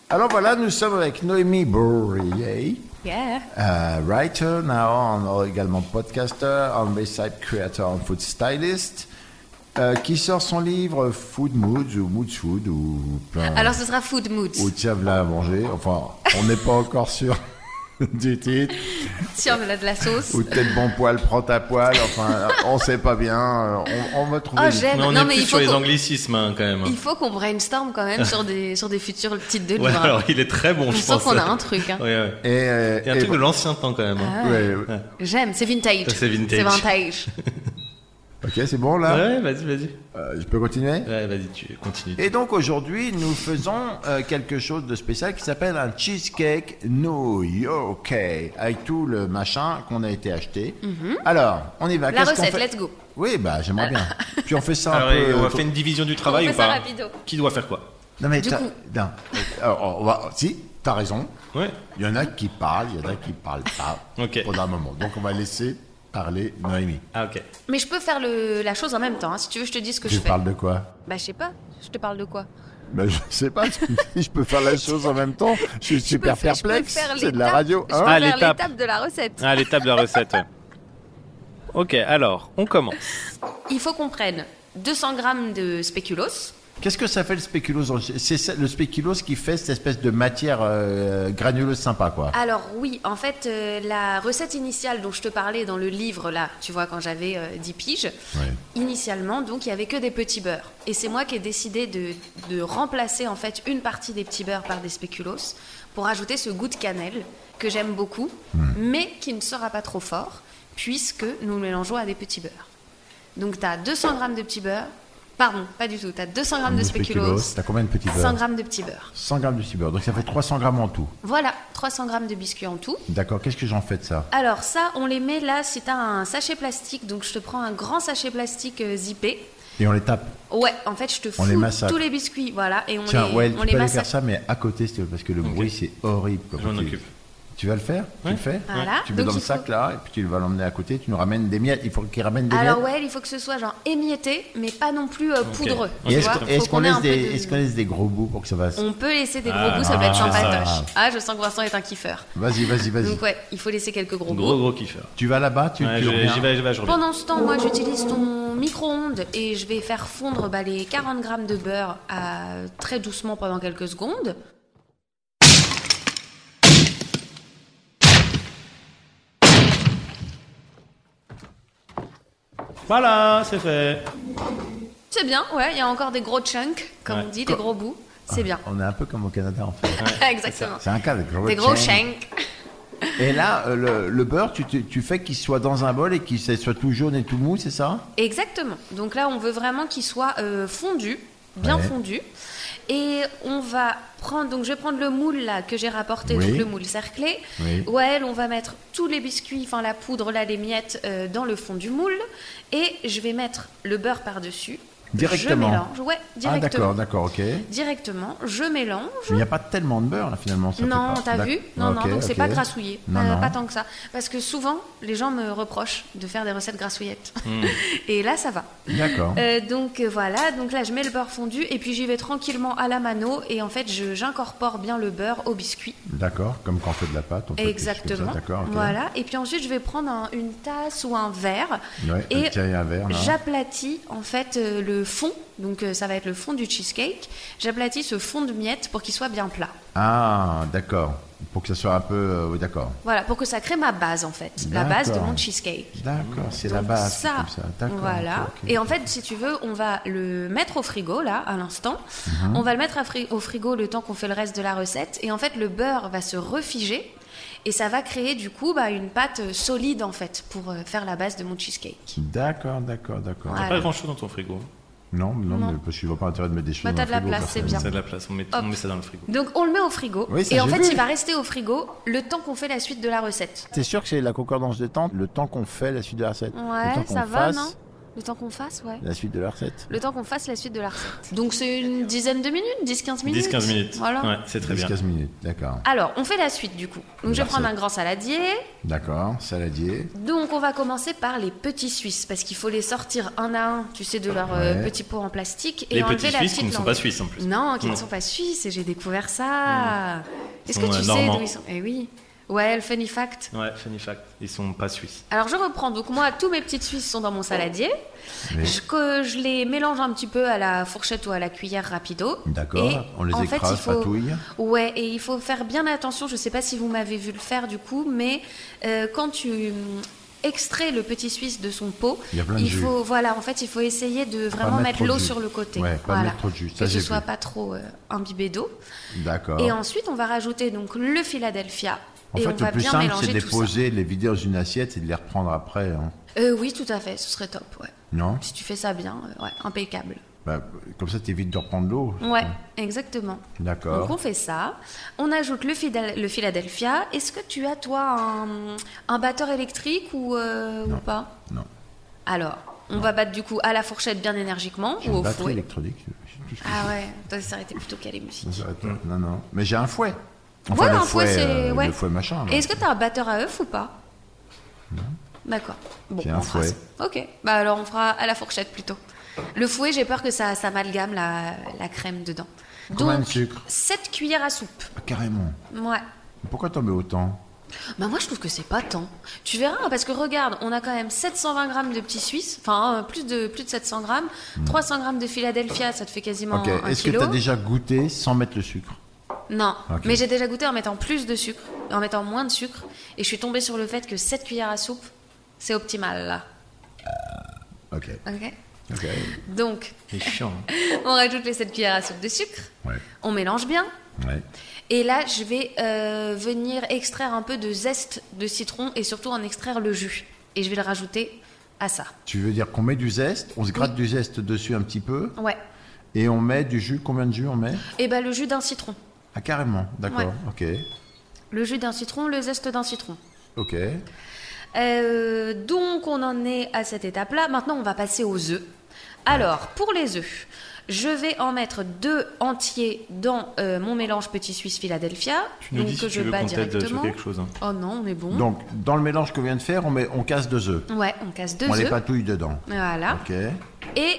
Speaker 3: Alors voilà, nous sommes avec Noémie Bourrier,
Speaker 5: Yeah.
Speaker 3: euh, writer, now on- également podcaster, on website creator, and food stylist, euh, qui sort son livre Food Moods ou Moods Food ou plein.
Speaker 5: Alors ce sera Food Moods.
Speaker 3: Ou tiens, voilà à manger. Enfin, on n'est pas encore sûr du titre.
Speaker 5: Tiens, on a de la sauce.
Speaker 3: Ou peut-être bon poil, prends ta poil. Enfin, on sait pas bien. euh, On, on va trouver.
Speaker 5: Oh,
Speaker 3: le-
Speaker 5: j'aime.
Speaker 4: Mais on
Speaker 5: Non,
Speaker 4: est
Speaker 5: mais
Speaker 4: plus
Speaker 5: il
Speaker 4: sur
Speaker 5: faut
Speaker 4: les
Speaker 5: qu'on-
Speaker 4: anglicismes hein, quand même.
Speaker 5: Il faut qu'on brainstorm quand même sur des, sur des futurs titres de livres.
Speaker 4: Ouais, alors il est très bon,
Speaker 5: je
Speaker 4: je
Speaker 5: sens
Speaker 4: pense.
Speaker 5: qu'on a un truc. hein.
Speaker 4: Ouais, ouais.
Speaker 3: Et, euh,
Speaker 4: Il y a un
Speaker 3: et-
Speaker 5: bah.
Speaker 4: truc de l'ancien temps quand même. hein.
Speaker 3: ouais, ouais.
Speaker 5: J'aime, c'est vintage.
Speaker 4: Ça, c'est vintage.
Speaker 5: C'est vintage.
Speaker 3: Ok, c'est bon là
Speaker 4: Ouais, vas-y, vas-y.
Speaker 3: Euh, Je peux continuer
Speaker 4: Ouais, vas-y, tu continues.
Speaker 3: Et donc aujourd'hui, nous faisons euh, quelque chose de spécial qui s'appelle un cheesecake New Yorkais avec tout le machin qu'on a été acheté. Alors, on y va.
Speaker 5: Mhm. La
Speaker 3: Qu'est-ce qu'on
Speaker 5: recette,
Speaker 3: fait
Speaker 5: let's go.
Speaker 3: Oui, bah j'aimerais bien. Puis on fait ça
Speaker 4: Alors,
Speaker 3: un peu.
Speaker 4: et on
Speaker 3: euh,
Speaker 4: va faire une division du travail
Speaker 5: On fait
Speaker 4: ou
Speaker 5: ça
Speaker 4: pas
Speaker 5: rapido.
Speaker 4: Qui doit faire quoi
Speaker 3: Non mais
Speaker 5: Du
Speaker 3: t'as-
Speaker 5: coup.
Speaker 3: non. Alors, on va- Si, t'as raison.
Speaker 4: Ouais.
Speaker 3: Il y en a qui parlent, il y en a qui parlent pas
Speaker 4: Ok.
Speaker 3: pendant un moment. Donc on va laisser parler Noémie.
Speaker 4: Ah, ok.
Speaker 5: Mais je peux faire le- la chose en même temps. hein. Si tu veux, je te dis ce que
Speaker 3: Tu
Speaker 5: je fais.
Speaker 3: parles de quoi
Speaker 5: Bah, je sais pas. Je te parle de quoi
Speaker 3: ben, Je sais pas. tu me dis, je peux faire la chose en même temps. Je suis
Speaker 5: Je peux
Speaker 3: super
Speaker 5: faire- je peux
Speaker 3: perplexe.
Speaker 5: faire
Speaker 3: C'est de la
Speaker 5: l'étape-
Speaker 3: radio.
Speaker 5: Je peux
Speaker 3: hein
Speaker 4: Ah,
Speaker 5: faire
Speaker 4: l'étape.
Speaker 5: l'étape de la recette.
Speaker 4: Ah, l'étape de la recette, ouais. Ok, alors, on commence.
Speaker 5: Il faut qu'on prenne 200 grammes de spéculoos.
Speaker 3: Qu'est-ce que ça fait le spéculoos C'est ça- le spéculoos qui fait cette espèce de matière euh, granuleuse sympa, quoi.
Speaker 5: Alors oui, en fait, euh, la recette initiale dont je te parlais dans le livre, là, tu vois, quand j'avais euh, 10 piges,
Speaker 3: Ouais.
Speaker 5: initialement, donc, il y avait que des petits beurres. Et c'est moi qui ai décidé de, de remplacer, en fait, une partie des petits beurres par des spéculoos pour ajouter ce goût de cannelle que j'aime beaucoup,
Speaker 3: Hmm.
Speaker 5: mais qui ne sera pas trop fort, puisque nous le mélangeons à des petits beurres. Donc, tu as 200 grammes de petits beurres. Pardon, pas du tout. Tu as 200 grammes de
Speaker 3: De
Speaker 5: spéculoos.
Speaker 3: spéculoos, t'as combien de petits beurres
Speaker 5: 100 grammes de petits beurres.
Speaker 3: 100 grammes de cyber, donc ça fait 300 grammes en tout.
Speaker 5: Voilà, 300 grammes de biscuits en tout.
Speaker 3: D'accord, qu'est-ce que j'en fais de ça
Speaker 5: Alors ça, on les met là, si t'as un sachet plastique, donc je te prends un grand sachet plastique euh, zippé.
Speaker 3: Et on les tape.
Speaker 5: Ouais, en fait, je te fous
Speaker 3: On les massacre.
Speaker 5: tous les biscuits, voilà, et on
Speaker 3: Tiens,
Speaker 5: les,
Speaker 3: ouais,
Speaker 5: on
Speaker 3: tu
Speaker 5: les
Speaker 3: peux aller
Speaker 5: massacre.
Speaker 3: faire ça, mais à côté, s'il te plaît, parce que le bruit, c'est horrible. quoi.
Speaker 4: Je m'en
Speaker 3: Tu-
Speaker 4: occupe.
Speaker 3: Tu vas le faire Tu le fais
Speaker 5: Voilà.
Speaker 3: Tu mets
Speaker 5: Donc,
Speaker 3: dans le
Speaker 5: il faut-
Speaker 3: sac, là, et puis tu vas l'emmener à côté, tu nous ramènes des miettes. Il faut qu'il ramène des
Speaker 5: Alors
Speaker 3: miettes.
Speaker 5: ouais, il faut que ce soit genre émietté, mais pas non plus euh, poudreux.
Speaker 4: Et
Speaker 5: tu
Speaker 3: Et est-ce
Speaker 5: vois.
Speaker 3: qu'on-
Speaker 5: Faut
Speaker 3: est-ce qu'on
Speaker 5: ait
Speaker 3: laisse,
Speaker 5: un peu
Speaker 3: des-
Speaker 5: de-
Speaker 3: est-ce qu'on laisse des gros bouts pour que ça va...
Speaker 5: On peut laisser des gros
Speaker 4: Ah,
Speaker 5: bouts, ça peut être
Speaker 4: ah,
Speaker 5: sympatoche. Ah, je sens que Vincent est un kiffeur.
Speaker 3: Vas-y, vas-y, vas-y.
Speaker 5: Donc ouais, il faut laisser quelques gros,
Speaker 4: Gros,
Speaker 5: bouts.
Speaker 4: gros kiffeur.
Speaker 3: Tu vas là-bas, tu,
Speaker 4: Ouais,
Speaker 3: tu
Speaker 4: je-
Speaker 3: reviens.
Speaker 4: j'y vais, j'y vais, je reviens.
Speaker 5: Pendant ce temps, moi, j'utilise ton micro-ondes et je vais faire fondre bah, les 40 grammes de beurre à- très doucement pendant quelques secondes.
Speaker 4: Voilà, c'est fait.
Speaker 5: C'est bien, ouais, il y a encore des gros chunks, comme
Speaker 4: Ouais.
Speaker 5: on dit, des gros bouts. C'est bien.
Speaker 3: On est un peu comme au Canada, en fait.
Speaker 5: Exactement.
Speaker 3: C'est un cas de gros
Speaker 5: Des gros
Speaker 3: chaînes.
Speaker 5: chunks.
Speaker 3: Et là, euh, le, le beurre, tu, tu- tu fais qu'il soit dans un bol et qu'il se- soit tout jaune et tout mou, c'est ça Ah,
Speaker 5: Exactement. Donc là, on veut vraiment qu'il soit euh, fondu, bien
Speaker 3: Ouais.
Speaker 5: fondu. Et on va prendre, donc je vais prendre le moule là que j'ai rapporté,
Speaker 3: Oui.
Speaker 5: donc le moule cerclé.
Speaker 3: Oui.
Speaker 5: Ouais, on va mettre tous les biscuits, enfin la poudre là, les miettes euh, dans le fond du moule. Et je vais mettre le beurre par-dessus.
Speaker 3: Directement.
Speaker 5: Je mélange, ouais,
Speaker 3: Ah d'accord,
Speaker 5: directement.
Speaker 3: d'accord, ok. Mais
Speaker 5: directement, je mélange.
Speaker 3: il n'y a pas tellement de beurre là finalement. Ça fait
Speaker 5: Non,
Speaker 3: pas-
Speaker 5: t'as
Speaker 3: d'ac-
Speaker 5: vu Non, non,
Speaker 3: ok,
Speaker 5: donc c'est
Speaker 3: ok.
Speaker 5: pas grassouillé.
Speaker 3: Non,
Speaker 5: Euh,
Speaker 3: non.
Speaker 5: Pas tant que ça. Parce que souvent, les gens me reprochent de faire des recettes grassouillettes. Et là, ça va.
Speaker 3: D'accord.
Speaker 5: Euh, donc euh, voilà, donc là, je mets le beurre fondu et puis j'y vais tranquillement à la mano et en fait, je- j'incorpore bien le beurre au biscuit.
Speaker 3: D'accord, comme quand on fait de la pâte. On fait comme
Speaker 5: Exactement.
Speaker 3: ça, D'accord, ok.
Speaker 5: Voilà. Et puis ensuite, je vais prendre un- une tasse ou un verre
Speaker 3: Ouais,
Speaker 5: et
Speaker 3: tirer un verre, là.
Speaker 5: j'aplatis en fait euh, le fond. Donc euh, ça va être le fond du cheesecake. J'aplatis ce fond de miettes pour qu'il soit bien plat.
Speaker 3: Ah, d'accord. Pour que ça soit un peu... euh, oui, d'accord.
Speaker 5: Voilà, pour que ça crée ma base en fait, la
Speaker 3: D'accord.
Speaker 5: base de mon cheesecake.
Speaker 3: D'accord, c'est la
Speaker 5: Donc
Speaker 3: base.
Speaker 5: ça,
Speaker 3: comme ça. D'accord,
Speaker 5: voilà.
Speaker 3: ok, ok.
Speaker 5: Et en fait, si tu veux, on va le mettre au frigo là, à l'instant.
Speaker 3: Mhm.
Speaker 5: On va le mettre à fri- au frigo le temps qu'on fait le reste de la recette. Et en fait, le beurre va se refiger et ça va créer du coup bah, une pâte euh, solide en fait pour euh, faire la base de mon cheesecake.
Speaker 3: D'accord, d'accord, d'accord.
Speaker 5: Voilà.
Speaker 4: Pas grand chose dans ton frigo.
Speaker 3: Non, non,
Speaker 5: Non.
Speaker 3: mais parce que je vois pas l'intérêt de mettre des choses
Speaker 5: Bah,
Speaker 3: dans
Speaker 5: t'as
Speaker 3: le
Speaker 5: de
Speaker 3: frigo,
Speaker 5: la place, c'est
Speaker 3: personnellement.
Speaker 5: bien.
Speaker 4: C'est de la place, on met, on met ça dans le frigo.
Speaker 5: Donc on le met au frigo
Speaker 3: Oui, ça,
Speaker 5: et en
Speaker 3: j'ai
Speaker 5: fait,
Speaker 3: vu.
Speaker 5: il va rester au frigo le temps qu'on fait la suite de la recette.
Speaker 3: T'es sûr que c'est la concordance de temps, le temps qu'on fait la suite de la recette Le temps
Speaker 5: Ouais,
Speaker 3: qu'on
Speaker 5: ça va,
Speaker 3: fasse
Speaker 5: non Le temps qu'on fasse, ouais.
Speaker 3: La suite de la recette
Speaker 5: Le temps qu'on fasse la suite de la recette. Donc c'est une dizaine de minutes, 10-15 minutes.
Speaker 4: 10-15 minutes.
Speaker 5: Voilà.
Speaker 4: Ouais, c'est très bien.
Speaker 3: 15 minutes, d'accord.
Speaker 5: Alors, on fait la suite du coup. Donc, je vais
Speaker 3: Merci.
Speaker 5: prendre un grand saladier.
Speaker 3: D'accord, saladier.
Speaker 5: Donc, on va commencer par les petits Suisses parce qu'il faut les sortir un à un, tu sais, de leur euh,
Speaker 3: Ouais.
Speaker 5: petit pot en plastique et
Speaker 4: Les
Speaker 5: enlever
Speaker 4: petits
Speaker 5: la
Speaker 4: Suisses qui
Speaker 5: petite
Speaker 4: ne sont
Speaker 5: langue.
Speaker 4: pas Suisses en plus.
Speaker 5: Non, qui ne
Speaker 4: Non.
Speaker 5: sont pas Suisses et j'ai découvert ça. Est-ce que
Speaker 4: sont,
Speaker 5: tu
Speaker 4: euh,
Speaker 5: sais
Speaker 4: normands.
Speaker 5: d'où ils sont Eh oui. Ouais, le funny fact.
Speaker 4: Ouais, funny fact, ils sont pas Suisses.
Speaker 5: Alors, je reprends. Donc, moi, tous mes petits Suisses sont dans mon saladier.
Speaker 3: Oui.
Speaker 5: Je, que je les mélange un petit peu à la fourchette ou à la cuillère rapido.
Speaker 3: D'accord,
Speaker 5: Et
Speaker 3: on les
Speaker 5: en fait,
Speaker 3: écrase,
Speaker 5: il faut-
Speaker 3: patouille.
Speaker 5: Ouais, et il faut faire bien attention. Je sais pas si vous m'avez vu le faire du coup, mais euh, quand tu hum, extrais le petit suisse de son pot,
Speaker 3: Il y a plein de jus.
Speaker 5: faut voilà, en fait, il faut essayer de vraiment
Speaker 3: mettre
Speaker 5: mettre
Speaker 3: trop de
Speaker 5: l'eau
Speaker 3: jus.
Speaker 5: sur le côté.
Speaker 3: Ouais, pas
Speaker 5: voilà.
Speaker 3: mettre trop de jus, ça,
Speaker 5: que ce
Speaker 3: j'ai
Speaker 5: soit
Speaker 3: vu.
Speaker 5: pas trop euh, imbibé d'eau.
Speaker 3: D'accord.
Speaker 5: Et ensuite, on va rajouter donc le Philadelphia,
Speaker 3: En
Speaker 5: Et on
Speaker 3: fait,
Speaker 5: va
Speaker 3: le plus
Speaker 5: bien
Speaker 3: simple,
Speaker 5: mélanger
Speaker 3: c'est de les
Speaker 5: tout ça.
Speaker 3: poser, de les vider dans une assiette et de les reprendre après. hein.
Speaker 5: Euh, oui, tout à fait, ce serait top, ouais.
Speaker 3: Non
Speaker 5: Si tu fais ça bien, euh, ouais, impeccable.
Speaker 3: Bah, Comme ça, tu évites de reprendre l'eau.
Speaker 5: Ouais, exactement. Donc on
Speaker 3: Hmm. D'accord.
Speaker 5: fait ça, on ajoute le, Fidel- le Philadelphia. Est-ce que tu as toi un, un batteur électrique ou, euh, ou
Speaker 3: Non.
Speaker 5: pas
Speaker 3: Non.
Speaker 5: Alors, on va battre du coup à la fourchette bien énergiquement
Speaker 3: J'ai
Speaker 5: ou
Speaker 3: une
Speaker 5: au
Speaker 3: batterie
Speaker 5: fouet
Speaker 3: électronique. c'est tout ce que
Speaker 5: Ah ouais, toi ça aurait été plutôt calé musique.
Speaker 3: je- ça s'arrête là. Non, non. Mais j'ai un fouet.
Speaker 5: Ouais,
Speaker 3: le
Speaker 5: un fouet, c'est-
Speaker 3: euh,
Speaker 5: ouais.
Speaker 3: Le fouet machin. là.
Speaker 5: Et est-ce que t'as un batteur à œuf ou pas D'accord. Bon,
Speaker 3: J'ai
Speaker 5: on
Speaker 3: un
Speaker 5: fera
Speaker 3: fouet.
Speaker 5: ça. Ok, bah alors on fera à la fourchette plutôt. Le fouet, j'ai peur que ça s'amalgame la, la crème dedans.
Speaker 3: Combien de
Speaker 5: Donc,
Speaker 3: sucre
Speaker 5: 7 cuillères à soupe.
Speaker 3: Ah, Carrément.
Speaker 5: Ouais.
Speaker 3: Mais Pourquoi t'en mets autant
Speaker 5: Bah moi je trouve que c'est pas tant. Tu verras hein, parce que regarde, on a quand même 720 grammes de petits suisses, enfin euh, plus de plus de 700 grammes, 300 grammes de Philadelphia, ça te fait quasiment
Speaker 3: Hmm. Ok.
Speaker 5: un
Speaker 3: Est-ce que
Speaker 5: kilo.
Speaker 3: t'as déjà goûté sans mettre le sucre
Speaker 5: Non,
Speaker 3: Ok.
Speaker 5: mais j'ai déjà goûté en mettant plus de sucre, en mettant moins de sucre, et je suis tombée sur le fait que 7 cuillères à soupe, c'est optimal là.
Speaker 3: Ok.
Speaker 5: Ok.
Speaker 3: Ok.
Speaker 5: Donc
Speaker 4: C'est chiant. hein.
Speaker 5: on rajoute les 7 cuillères à soupe de sucre,
Speaker 3: Ouais.
Speaker 5: on mélange bien,
Speaker 3: Ouais.
Speaker 5: et là je vais euh, venir extraire un peu de zeste de citron et surtout en extraire le jus, et je vais le rajouter à ça.
Speaker 3: Tu veux dire qu'on met du zeste, on se gratte du zeste dessus un petit peu,
Speaker 5: Ouais.
Speaker 3: et on met du jus. Combien de jus on met
Speaker 5: Et ben le jus d'un citron.
Speaker 3: Ah, carrément. D'accord.
Speaker 5: Le jus d'un citron, le zeste d'un citron.
Speaker 3: Ok. Ok.
Speaker 5: Euh, donc on en est à cette étape-là. Maintenant on va passer aux œufs. Alors pour les œufs, je vais en mettre deux entiers dans euh, mon mélange petit suisse Philadelphia.
Speaker 4: Tu nous dis si tu veux qu'on t'aide sur quelque chose. hein.
Speaker 5: Oh non, on est bon.
Speaker 3: Donc, dans le mélange qu'on vient de faire, on, met, on casse deux œufs.
Speaker 5: Ouais, on casse deux
Speaker 3: On les
Speaker 5: œufs.
Speaker 3: patouille dedans.
Speaker 5: Voilà.
Speaker 3: Ok.
Speaker 5: Et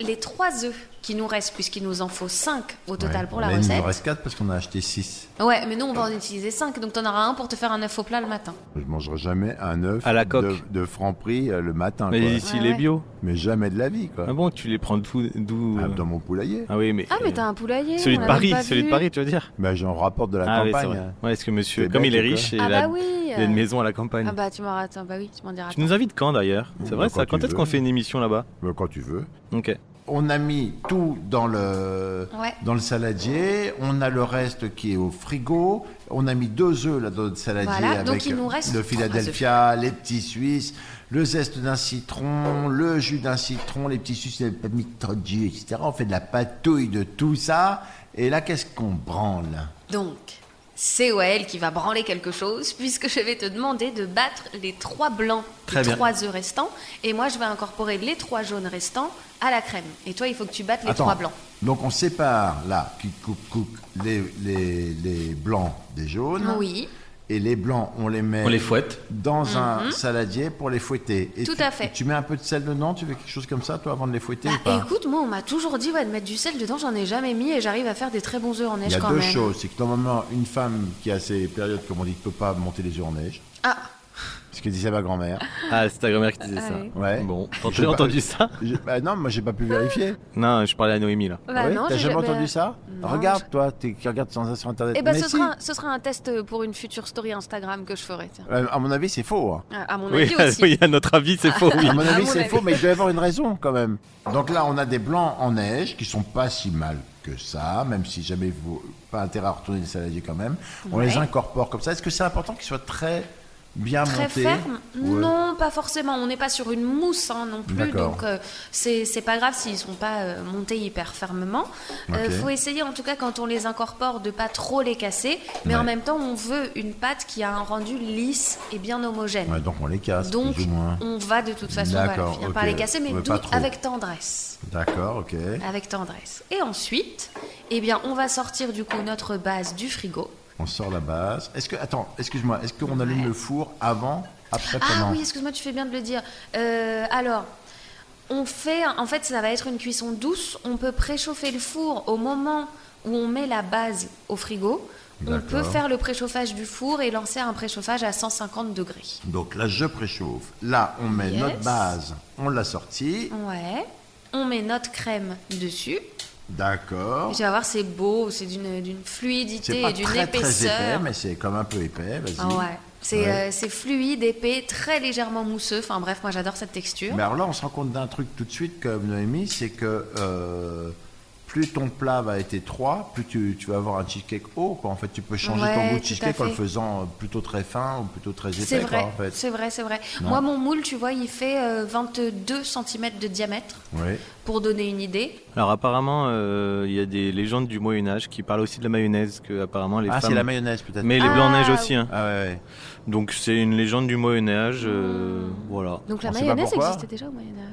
Speaker 5: les trois œufs qui nous restent, puisqu'il nous en faut cinq au total
Speaker 3: Ouais.
Speaker 5: pour la
Speaker 3: Là, Il
Speaker 5: recette.
Speaker 3: nous en reste 4 parce qu'on a acheté 6.
Speaker 5: Ouais, mais nous on va en utiliser cinq, donc t'en auras un pour te faire un œuf au plat le matin.
Speaker 3: Je mangerai jamais un œuf
Speaker 4: À la
Speaker 3: de,
Speaker 4: coque.
Speaker 3: de Franprix euh, le matin. quoi.
Speaker 4: Mais
Speaker 3: Mais,
Speaker 4: ici,
Speaker 5: Ouais,
Speaker 4: les
Speaker 5: ouais.
Speaker 4: bio.
Speaker 3: jamais de la vie, quoi.
Speaker 4: Ah bon, tu les prends d'où- d'où
Speaker 3: Ah,
Speaker 4: euh,
Speaker 3: Dans mon poulailler.
Speaker 4: Ah oui, mais.
Speaker 5: Ah mais t'as un poulailler.
Speaker 4: Celui
Speaker 5: on
Speaker 4: de
Speaker 5: l'a même
Speaker 4: Paris,
Speaker 5: pas
Speaker 4: celui de
Speaker 5: vu.
Speaker 4: Paris, tu veux dire
Speaker 3: Bah, J'en rapporte de la
Speaker 4: Ah oui, c'est
Speaker 3: campagne.
Speaker 4: vrai.
Speaker 3: hein.
Speaker 4: Ouais, parce que monsieur,
Speaker 3: C'est
Speaker 4: comme
Speaker 3: bête
Speaker 4: il est
Speaker 3: ou quoi
Speaker 4: riche, il,
Speaker 5: Ah
Speaker 4: a,
Speaker 5: bah oui.
Speaker 4: il a une maison à la campagne.
Speaker 5: Ah bah tu m'auras, attends, bah oui, tu m'en diras.
Speaker 4: Tu nous invites quand d'ailleurs C'est
Speaker 3: Bah,
Speaker 4: vrai
Speaker 3: quand
Speaker 4: ça
Speaker 3: tu
Speaker 4: Quand est-ce
Speaker 3: veux.
Speaker 4: qu'on fait une émission là-bas
Speaker 3: Bah, quand tu veux.
Speaker 4: Ok.
Speaker 3: On a mis tout dans le,
Speaker 5: Ouais.
Speaker 3: dans le saladier. On a le reste qui est au frigo. On a mis deux œufs là dans le saladier
Speaker 5: Voilà,
Speaker 3: avec
Speaker 5: donc il nous reste
Speaker 3: le
Speaker 5: trois
Speaker 3: Philadelphia, les petits Suisses, le zeste d'un citron, le jus d'un citron, les petits Suisses, les mis trop de jus, etc. On fait de la patouille de tout ça. Et là, qu'est-ce qu'on branle
Speaker 5: Donc, c'est Wael qui va branler quelque chose, puisque je vais te demander de battre les trois blancs,
Speaker 4: Très
Speaker 5: les
Speaker 4: bien.
Speaker 5: trois œufs restants, et moi je vais incorporer les trois jaunes restants à la crème. Et toi, il faut que tu battes les
Speaker 3: Attends.
Speaker 5: trois blancs.
Speaker 3: Donc on sépare là, qui coupe, coupe les, les, les blancs des jaunes.
Speaker 5: Oui,
Speaker 3: Et les blancs, on les met.
Speaker 4: On les fouette.
Speaker 3: dans un saladier pour les fouetter. Et
Speaker 5: Mhm. Tout
Speaker 3: tu-
Speaker 5: à fait.
Speaker 3: Tu mets un peu de sel dedans, tu fais quelque chose comme ça, toi, avant de les fouetter
Speaker 5: Bah,
Speaker 3: ou pas
Speaker 5: écoute, moi on m'a toujours dit ouais, de mettre du sel dedans, j'en ai jamais mis et j'arrive à faire des très bons œufs en
Speaker 3: Il
Speaker 5: neige
Speaker 3: y a
Speaker 5: quand
Speaker 3: deux
Speaker 5: même.
Speaker 3: choses. C'est que normalement, une femme qui a ces périodes, comme on dit, ne peut pas monter les œufs en neige.
Speaker 5: Ah,
Speaker 3: Ce que disait ma grand-mère.
Speaker 4: Ah, c'est ta grand-mère qui disait ça.
Speaker 5: Ouais.
Speaker 3: Ouais.
Speaker 4: Bon, t'as
Speaker 3: Je sais pas-
Speaker 4: entendu ça
Speaker 3: Je- bah non, moi, j'ai pas pu vérifier.
Speaker 4: Non, je parlais à Noémie là.
Speaker 5: bah
Speaker 3: Ouais,
Speaker 5: non,
Speaker 3: T'as
Speaker 5: j'ai
Speaker 3: jamais
Speaker 5: jamais-
Speaker 3: entendu ça
Speaker 5: Non,
Speaker 3: Regarde, toi, t'es- qui regarde sans sur Internet.
Speaker 5: Eh ben
Speaker 3: Mais
Speaker 5: ce,
Speaker 3: si.
Speaker 5: sera, ce sera un test pour une future story Instagram que je ferai, tiens.
Speaker 3: Euh, À mon avis, c'est faux. hein.
Speaker 5: À à mon
Speaker 4: Oui,
Speaker 5: avis aussi.
Speaker 4: oui, à notre avis, c'est faux. Oui.
Speaker 3: À mon
Speaker 5: À
Speaker 3: avis,
Speaker 5: mon
Speaker 3: c'est
Speaker 5: avis.
Speaker 3: faux, mais il doit y avoir une raison quand même. Donc là, on a des blancs en neige qui sont pas si mal que ça, même si jamais vous pas intérêt à retourner le saladier quand même. On
Speaker 5: Ouais.
Speaker 3: les incorpore comme ça. Est-ce que c'est important qu'ils soient très bien
Speaker 5: Très
Speaker 3: montés
Speaker 5: ferme
Speaker 3: Ouais.
Speaker 5: Non, pas forcément. On n'est pas sur une mousse hein, non plus,
Speaker 3: D'accord.
Speaker 5: donc euh, c'est c'est pas grave s'ils sont pas euh, montés hyper fermement. Euh,
Speaker 3: Ok.
Speaker 5: faut essayer en tout cas quand on les incorpore de pas trop les casser, mais
Speaker 3: Ouais.
Speaker 5: en même temps on veut une pâte qui a un rendu lisse et bien homogène.
Speaker 3: Ouais, donc on les casse,
Speaker 5: donc
Speaker 3: plus ou moins.
Speaker 5: on va de toute façon voilà,
Speaker 3: D'accord,
Speaker 5: finir
Speaker 3: ok.
Speaker 5: par les casser, mais,
Speaker 3: Mais
Speaker 5: d'où-
Speaker 3: pas trop.
Speaker 5: avec tendresse
Speaker 3: D'accord, ok.
Speaker 5: avec tendresse. Et ensuite, eh bien, on va sortir du coup notre base du frigo.
Speaker 3: On sort la base. Est-ce que, attends, excuse-moi, est-ce qu'on allume
Speaker 5: Ouais.
Speaker 3: le four avant, après,
Speaker 5: Ah
Speaker 3: comment
Speaker 5: oui, excuse-moi, tu fais bien de le dire. Euh, alors, on fait, en fait, ça va être une cuisson douce. On peut préchauffer le four au moment où on met la base au frigo. On
Speaker 3: D'accord.
Speaker 5: peut faire le préchauffage du four et lancer un préchauffage à 150 degrés.
Speaker 3: Donc là, je préchauffe. Là, on met
Speaker 5: Yes.
Speaker 3: notre base, on l'a sortie.
Speaker 5: Ouais. On met notre crème dessus.
Speaker 3: D'accord.
Speaker 5: Tu vas voir, c'est beau, c'est d'une d'une fluidité
Speaker 3: C'est
Speaker 5: et
Speaker 3: pas
Speaker 5: d'une
Speaker 3: très, très épais,
Speaker 5: épaisseur.
Speaker 3: mais c'est comme un peu épais, vas-y.
Speaker 5: Ah ouais. C'est
Speaker 3: Ouais.
Speaker 5: euh, c'est fluide, épais, très légèrement mousseux. Enfin bref, moi j'adore cette texture.
Speaker 3: Mais alors là, on se rend compte d'un truc tout de suite, comme Noémie, c'est que euh, plus ton plat va être étroit, plus tu, tu vas avoir un cheesecake haut. Quoi. En fait, tu peux changer
Speaker 5: Ouais,
Speaker 3: ton goût de
Speaker 5: tout à
Speaker 3: cheesecake en le
Speaker 5: fait.
Speaker 3: faisant euh, plutôt très fin ou plutôt très épais.
Speaker 5: C'est
Speaker 3: quoi,
Speaker 5: vrai,
Speaker 3: en fait.
Speaker 5: c'est vrai, c'est vrai.
Speaker 3: Non.
Speaker 5: Moi, mon moule, tu vois, il fait euh, 22 cm de diamètre,
Speaker 3: Ouais.
Speaker 5: pour donner une idée.
Speaker 4: Alors apparemment, euh, il y a des légendes du Moyen Âge qui parlent aussi de la mayonnaise, que apparemment les
Speaker 3: Ah,
Speaker 4: femmes.
Speaker 3: c'est la mayonnaise peut-être.
Speaker 4: Mais les blancs
Speaker 5: Ah,
Speaker 4: neige aussi. hein.
Speaker 3: Ah ouais, ouais.
Speaker 4: Donc c'est une légende du Moyen Âge. euh,
Speaker 5: Hmm.
Speaker 4: voilà.
Speaker 5: Donc la
Speaker 3: On sait pas
Speaker 5: mayonnaise
Speaker 3: pourquoi.
Speaker 5: existait déjà au Moyen Âge.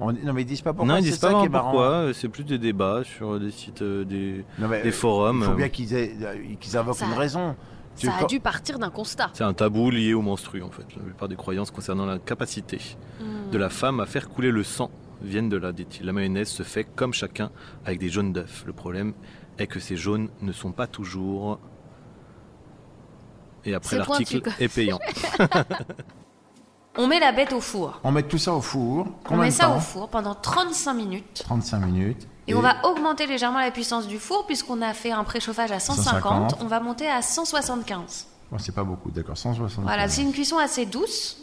Speaker 3: On- non mais ils disent pas pourquoi.
Speaker 4: non, ils
Speaker 3: c'est
Speaker 4: disent
Speaker 3: ça
Speaker 4: pas
Speaker 3: qui
Speaker 4: vraiment
Speaker 3: est marrant.
Speaker 4: pourquoi. euh, C'est plus des débats sur des sites, euh, des,
Speaker 3: Non, mais,
Speaker 4: des forums.
Speaker 3: Il faut
Speaker 4: euh,
Speaker 3: bien qu'ils aient- euh, qu'ils invoquent
Speaker 5: Ça-
Speaker 3: une raison. Tu-
Speaker 5: Ça a
Speaker 3: quand-
Speaker 5: dû partir d'un constat.
Speaker 4: C'est un tabou lié au menstru en fait. La plupart des croyances concernant la capacité
Speaker 5: Hmm.
Speaker 4: de la femme à faire couler le sang viennent de là, dit-il. La mayonnaise se fait comme chacun avec des jaunes d'œufs. Le problème est que ces jaunes ne sont pas toujours. Et après
Speaker 5: C'est pointu,
Speaker 4: l'article
Speaker 5: quoi.
Speaker 4: est payant.
Speaker 5: On met la bête au four.
Speaker 3: On met tout ça au four.
Speaker 5: on
Speaker 3: Combien
Speaker 5: met
Speaker 3: de
Speaker 5: ça
Speaker 3: temps
Speaker 5: au four pendant 35 minutes.
Speaker 3: 35 minutes.
Speaker 5: Et, on va augmenter légèrement la puissance du four puisqu'on a fait un préchauffage à 150.
Speaker 3: 150.
Speaker 5: On va monter à 175.
Speaker 3: Bon, c'est pas beaucoup, d'accord. 160.
Speaker 5: Voilà, c'est une cuisson assez douce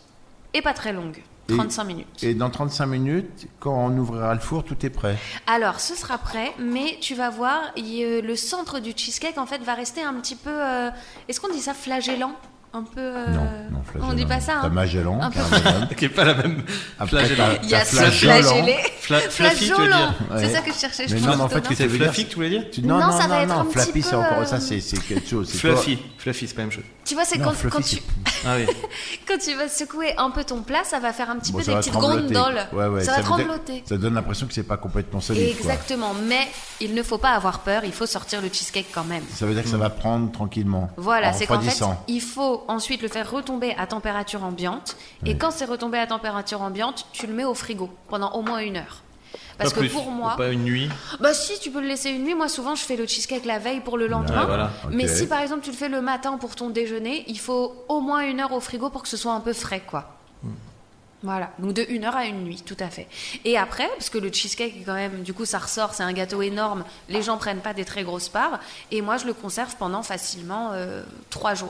Speaker 5: et pas très longue.
Speaker 3: Et-
Speaker 5: 35 minutes.
Speaker 3: Et dans 35 minutes, quand on ouvrira le four, tout est prêt.
Speaker 5: Alors, ce sera prêt, mais tu vas voir, il- euh, le centre du cheesecake, en fait, va rester un petit peu... euh, Est-ce qu'on dit ça flagellant Un peu... euh,
Speaker 3: Non, non, flagellant.
Speaker 5: On dit pas ça,
Speaker 3: T'as
Speaker 5: hein
Speaker 3: Magellan,
Speaker 5: Un
Speaker 3: t'as
Speaker 5: peu-
Speaker 3: un bonhomme.
Speaker 4: Qui est pas la même.
Speaker 3: Après, t'as-
Speaker 5: Il y a
Speaker 3: t'as
Speaker 5: ça,
Speaker 3: flagellant.
Speaker 5: flagellé.
Speaker 4: Fla- fluffy, tu veux
Speaker 5: Flageolant.
Speaker 4: dire.
Speaker 5: C'est
Speaker 3: Ouais.
Speaker 5: ça que je cherchais, je
Speaker 3: Mais non,
Speaker 5: pense,
Speaker 3: mais en fait,
Speaker 5: Dodin.
Speaker 3: c'est fluffy
Speaker 4: que tu voulais dire
Speaker 3: Tu- Non,
Speaker 5: Non,
Speaker 3: non,
Speaker 5: ça
Speaker 3: non,
Speaker 5: va être
Speaker 3: non,
Speaker 5: un petit
Speaker 3: Flappy,
Speaker 5: peu,
Speaker 3: c'est encore
Speaker 5: euh,
Speaker 3: ça, c'est c'est quelque chose. c'est
Speaker 4: Fluffy. Fluffy, c'est pas la même chose.
Speaker 5: Tu vois, c'est
Speaker 3: Non,
Speaker 5: quand,
Speaker 3: Fluffy,
Speaker 5: quand tu,
Speaker 4: Ah oui.
Speaker 5: quand tu vas secouer un peu ton plat, ça va faire un petit
Speaker 3: Bon,
Speaker 5: peu
Speaker 3: ça
Speaker 5: des
Speaker 3: va
Speaker 5: petites
Speaker 3: trembloter.
Speaker 5: gondoles.
Speaker 3: Ouais, ouais,
Speaker 5: ça, va
Speaker 3: me
Speaker 5: trembloter.
Speaker 3: donne- Ça donne l'impression que c'est pas complètement solide. quoi.
Speaker 5: Exactement, mais il ne faut pas avoir peur, il faut sortir le cheesecake quand même.
Speaker 3: Ça veut dire que ça va prendre tranquillement.
Speaker 5: Voilà,
Speaker 3: en
Speaker 5: c'est qu'en fait,
Speaker 3: refroidissant.
Speaker 5: il faut ensuite le faire retomber à température ambiante. Et quand c'est retombé à température ambiante, tu le mets au frigo pendant au moins une heure. Parce
Speaker 4: Pas
Speaker 5: que
Speaker 4: plus.
Speaker 5: pour moi,
Speaker 4: Pas une nuit.
Speaker 5: bah si, tu peux le laisser une nuit. Moi, souvent, je fais le cheesecake la veille pour le lendemain.
Speaker 4: Ah, voilà.
Speaker 5: Mais
Speaker 3: Ok.
Speaker 5: si par exemple tu le fais le matin pour ton déjeuner, il faut au moins une heure au frigo pour que ce soit un peu frais, quoi. Voilà, donc de une heure à une nuit, tout à fait. Et après, parce que le cheesecake, quand même, du coup, ça ressort, c'est un gâteau énorme, les gens prennent pas des très grosses parts, et moi, je le conserve pendant facilement euh, trois jours.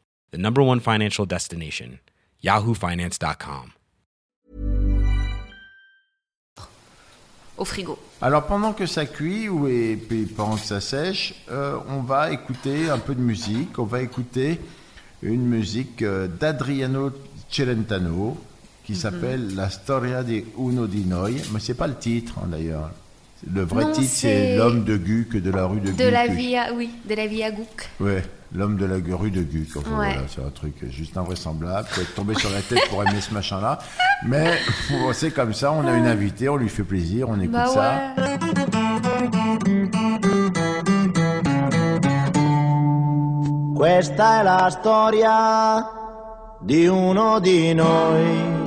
Speaker 7: the number one financial destination, yahoofinance.com.
Speaker 5: Au frigo.
Speaker 3: Alors pendant que ça cuit ou et puis pendant que ça sèche, euh, on va écouter un peu de musique. On va écouter une musique euh, d'Adriano Celentano
Speaker 5: Mhm.
Speaker 3: qui s'appelle La Storia di Uno di Noi, mais c'est pas le titre hein, d'ailleurs. Le vrai
Speaker 5: Non,
Speaker 3: titre
Speaker 5: c'est-
Speaker 3: c'est L'homme de Guc de la rue de,
Speaker 5: De la
Speaker 3: Guc.
Speaker 5: vie à, oui, de la vie à Gouc.
Speaker 3: Ouais, l'homme de la rue de Guc. Enfin,
Speaker 5: Ouais.
Speaker 3: voilà, c'est un truc juste invraisemblable. Faut être tombé sur la tête pour aimer ce machin-là. Mais bon, c'est comme ça, on a une invitée, on lui fait plaisir, on écoute
Speaker 5: Bah
Speaker 3: ça.
Speaker 5: ouais.
Speaker 8: Questa è la storia di uno di noi,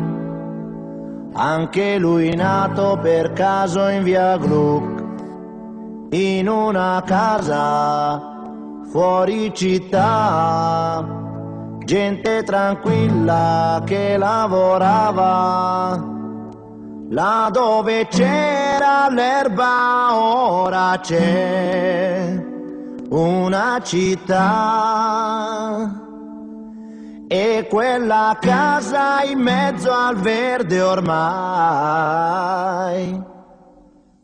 Speaker 8: anche lui nato per caso in via Gluck, in una casa fuori città, gente tranquilla che lavorava. Là dove c'era l'erba ora c'è una città e quella casa in mezzo al verde ormai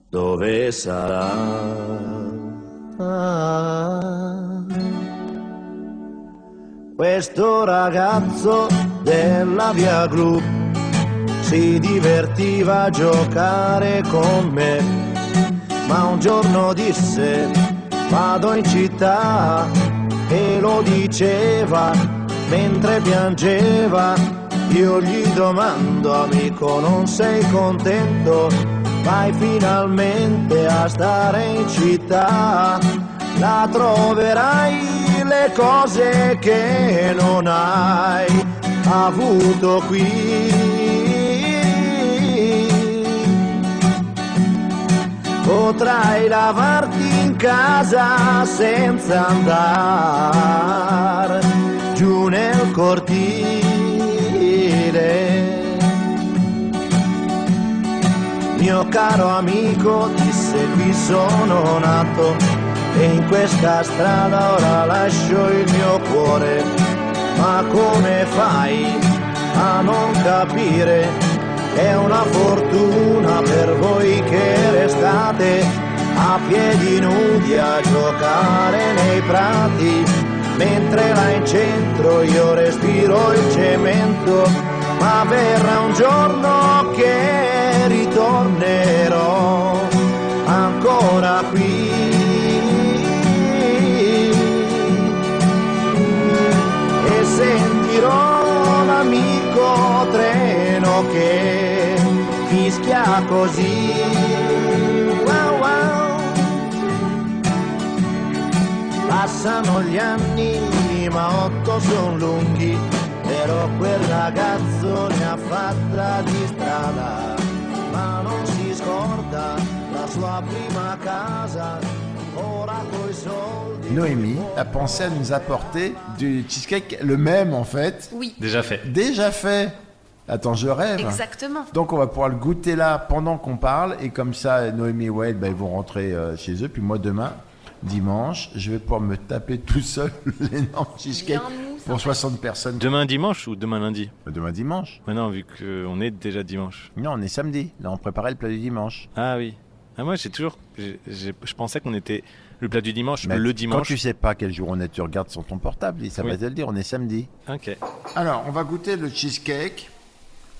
Speaker 8: dove sarà? Ah. questo ragazzo della via Gru si divertiva a giocare con me ma un giorno disse vado in città e lo diceva mentre piangeva io gli domando amico non sei contento vai finalmente a stare in città la troverai le cose che non hai avuto qui potrai lavarti in casa senza andare giù nel cortile. Mio caro amico, disse qui sono nato e in questa strada ora lascio il mio cuore. Ma come fai a non capire? È una fortuna per voi che restate a piedi nudi a giocare nei prati, mentre là in centro io respiro il cemento, ma verrà un giorno che ritornerò ancora qui e sentirò l'amico treno che fischia così. Wow, wow. Passano gli anni, ma otto son lunghi, però quel ragazzo ne ha fatta di strada, ma non si scorda la sua prima casa, ora coi soldi.
Speaker 3: Noémie a pensé à nous apporter du cheesecake, le même en fait,
Speaker 5: Oui,
Speaker 4: Déjà fait.
Speaker 3: déjà fait. Attends, je rêve.
Speaker 5: exactement.
Speaker 3: Donc on va pouvoir le goûter là pendant qu'on parle et comme ça Noémie et Wade bah, ils vont rentrer euh, chez eux puis moi demain dimanche je vais pouvoir me taper tout seul l'énorme cheesecake
Speaker 5: Viens-nous, ça va.
Speaker 3: pour 60 personnes
Speaker 4: Demain dimanche ou demain lundi
Speaker 3: demain dimanche
Speaker 4: Maintenant, vu qu'on est déjà dimanche.
Speaker 3: non on est samedi là on préparait le plat du dimanche
Speaker 4: Ah oui. Ah, moi, j'ai toujours. j'ai- j'ai- Je pensais qu'on était le plat du dimanche,
Speaker 3: Mais
Speaker 4: le
Speaker 3: quand
Speaker 4: dimanche.
Speaker 3: tu sais pas quel jour on est tu regardes sur ton portable et ça
Speaker 4: Oui.
Speaker 3: va te le dire on est samedi
Speaker 4: Ok.
Speaker 3: alors on va goûter le cheesecake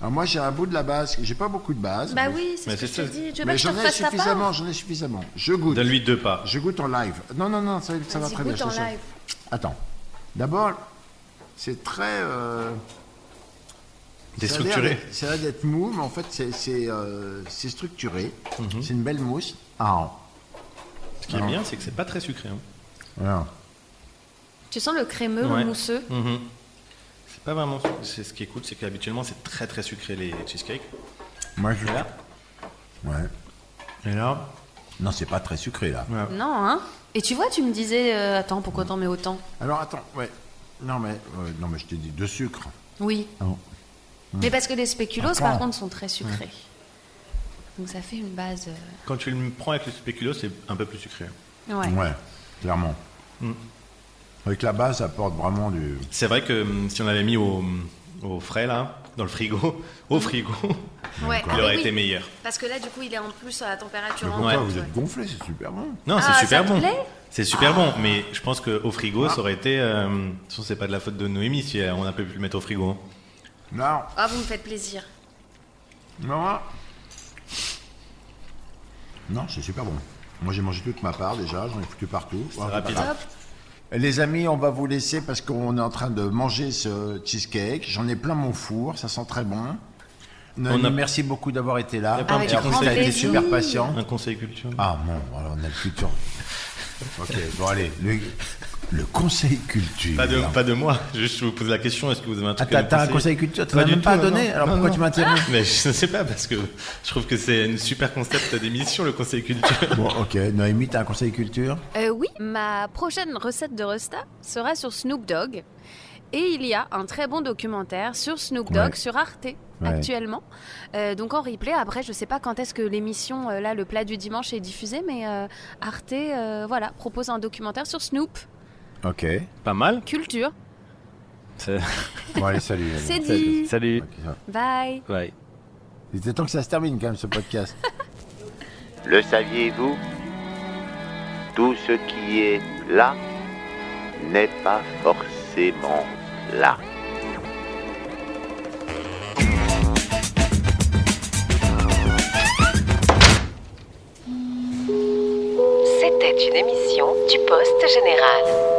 Speaker 3: alors moi j'ai un bout de la base j'ai pas beaucoup de base
Speaker 5: Bah oui, c'est
Speaker 4: Mais
Speaker 5: ce que je
Speaker 4: c'est
Speaker 5: te
Speaker 4: ça.
Speaker 5: dis. Tu veux pas
Speaker 3: mais
Speaker 5: que je te
Speaker 3: j'en ai
Speaker 5: refasse ta part
Speaker 3: suffisamment j'en ai suffisamment je goûte
Speaker 4: Donne-lui deux pas.
Speaker 3: Je goûte en live. Non, non, non, ça, ça va
Speaker 5: Vas-y,
Speaker 3: très bien.
Speaker 5: goûte
Speaker 3: je
Speaker 5: en
Speaker 3: sais.
Speaker 5: live.
Speaker 3: Attends. D'abord, c'est très. euh, ça a l'air
Speaker 4: Déstructuré.
Speaker 3: d'être- Ça a l'air d'être mou, mais en fait, c'est c'est, euh, c'est structuré. C'est une belle mousse. Ah,
Speaker 4: Mhm. Ce qui est bien, c'est que c'est pas très sucré. hein.
Speaker 3: voilà.
Speaker 5: Tu sens le crémeux,
Speaker 4: Ouais.
Speaker 5: le mousseux
Speaker 4: C'est pas vraiment. su- C'est ce qui est cool, c'est qu'habituellement, c'est très très sucré les cheesecakes.
Speaker 3: Moi, je.
Speaker 4: Et là
Speaker 3: Ouais.
Speaker 4: Et là
Speaker 3: Non, c'est pas très sucré, là.
Speaker 5: Non, hein Et tu vois, tu me disais, euh, attends, pourquoi t'en mets autant
Speaker 3: Alors, attends, ouais. Non, mais, euh, non, mais je t'ai dit de sucre.
Speaker 5: Oui.
Speaker 3: Non.
Speaker 5: Mais parce que les spéculoos,
Speaker 3: Attends.
Speaker 5: par contre, sont très sucrés. Donc ça fait une base. euh,
Speaker 4: Quand tu le prends avec le spéculoos, c'est un peu plus sucré.
Speaker 5: Ouais.
Speaker 3: Ouais, clairement.
Speaker 4: Mm.
Speaker 3: Avec la base, ça apporte vraiment du.
Speaker 4: C'est vrai que hum, si on avait mis au, au frais, là, dans le oh, frigo, au frigo,
Speaker 5: Ouais.
Speaker 4: il
Speaker 5: Ah,
Speaker 4: aurait
Speaker 5: oui.
Speaker 4: été meilleur.
Speaker 5: Parce que là, du coup, il est en plus euh, à la température
Speaker 3: Mais
Speaker 5: ambiante,
Speaker 3: pourquoi vous
Speaker 5: ouais.
Speaker 3: êtes gonflé C'est super bon.
Speaker 4: Non,
Speaker 5: Ah,
Speaker 4: c'est super
Speaker 5: ça te
Speaker 4: bon.
Speaker 5: plaît Ah.
Speaker 4: C'est super bon, mais je pense qu'au
Speaker 3: Ah.
Speaker 4: frigo, ça aurait été. euh, De toute façon, c'est pas de la faute de Noémie si euh, on n'a pas pu le mettre au frigo. hein.
Speaker 3: Non,
Speaker 5: Ah, vous me faites plaisir.
Speaker 3: Non, non c'est super bon. Moi, j'ai mangé toute ma part déjà, j'en ai foutu partout. Ouais, c'est
Speaker 4: rapide.
Speaker 3: pas grave. Les amis, on va vous laisser parce qu'on est en train de manger ce cheesecake. J'en ai plein mon four, ça sent très bon. Noémie,
Speaker 4: a-
Speaker 3: merci beaucoup d'avoir été là.
Speaker 4: a pas un Avec petit
Speaker 3: Alors,
Speaker 4: grand
Speaker 3: t'as été
Speaker 5: plaisir.
Speaker 3: super patient.
Speaker 4: Un conseil culture.
Speaker 3: Ah bon, alors on a le futur. ok, bon allez, le, le conseil culture.
Speaker 4: Pas de, pas de moi, juste je vous pose la question, est-ce que vous avez un
Speaker 3: Ah,
Speaker 4: truc
Speaker 3: t'as
Speaker 4: à nous
Speaker 3: t'as un
Speaker 4: conseiller
Speaker 3: conseil culture, tu
Speaker 4: Pas
Speaker 3: m'as
Speaker 4: du
Speaker 3: même pas
Speaker 4: tout,
Speaker 3: donné,
Speaker 4: non.
Speaker 3: alors
Speaker 4: Non,
Speaker 3: pourquoi
Speaker 4: non.
Speaker 3: tu m'interromps
Speaker 4: Mais je ne sais pas, parce que je trouve que c'est un super concept d'émission, le conseil culture.
Speaker 3: Bon, ok, Noémie, t'as un conseil culture
Speaker 5: Euh, oui, ma prochaine recette de Resta sera sur Snoop Dogg. Et il y a un très bon documentaire sur Snoop Dogg,
Speaker 3: Ouais.
Speaker 5: sur Arte actuellement. Euh, donc en replay, après, je sais pas quand est-ce que l'émission, euh, là, le plat du dimanche est diffusé, mais euh, Arte, euh, voilà, propose un documentaire sur Snoop,
Speaker 3: Ok.
Speaker 4: Pas mal.
Speaker 5: culture.
Speaker 3: Bon, allez, salut.
Speaker 5: C'est dit.
Speaker 4: Salut.
Speaker 3: Ok,
Speaker 5: Bye.
Speaker 4: Bye.
Speaker 3: Il était temps que ça se termine quand même ce podcast.
Speaker 2: Le saviez-vous Tout ce qui est là n'est pas forcément là.
Speaker 9: C'était une émission du Poste Général.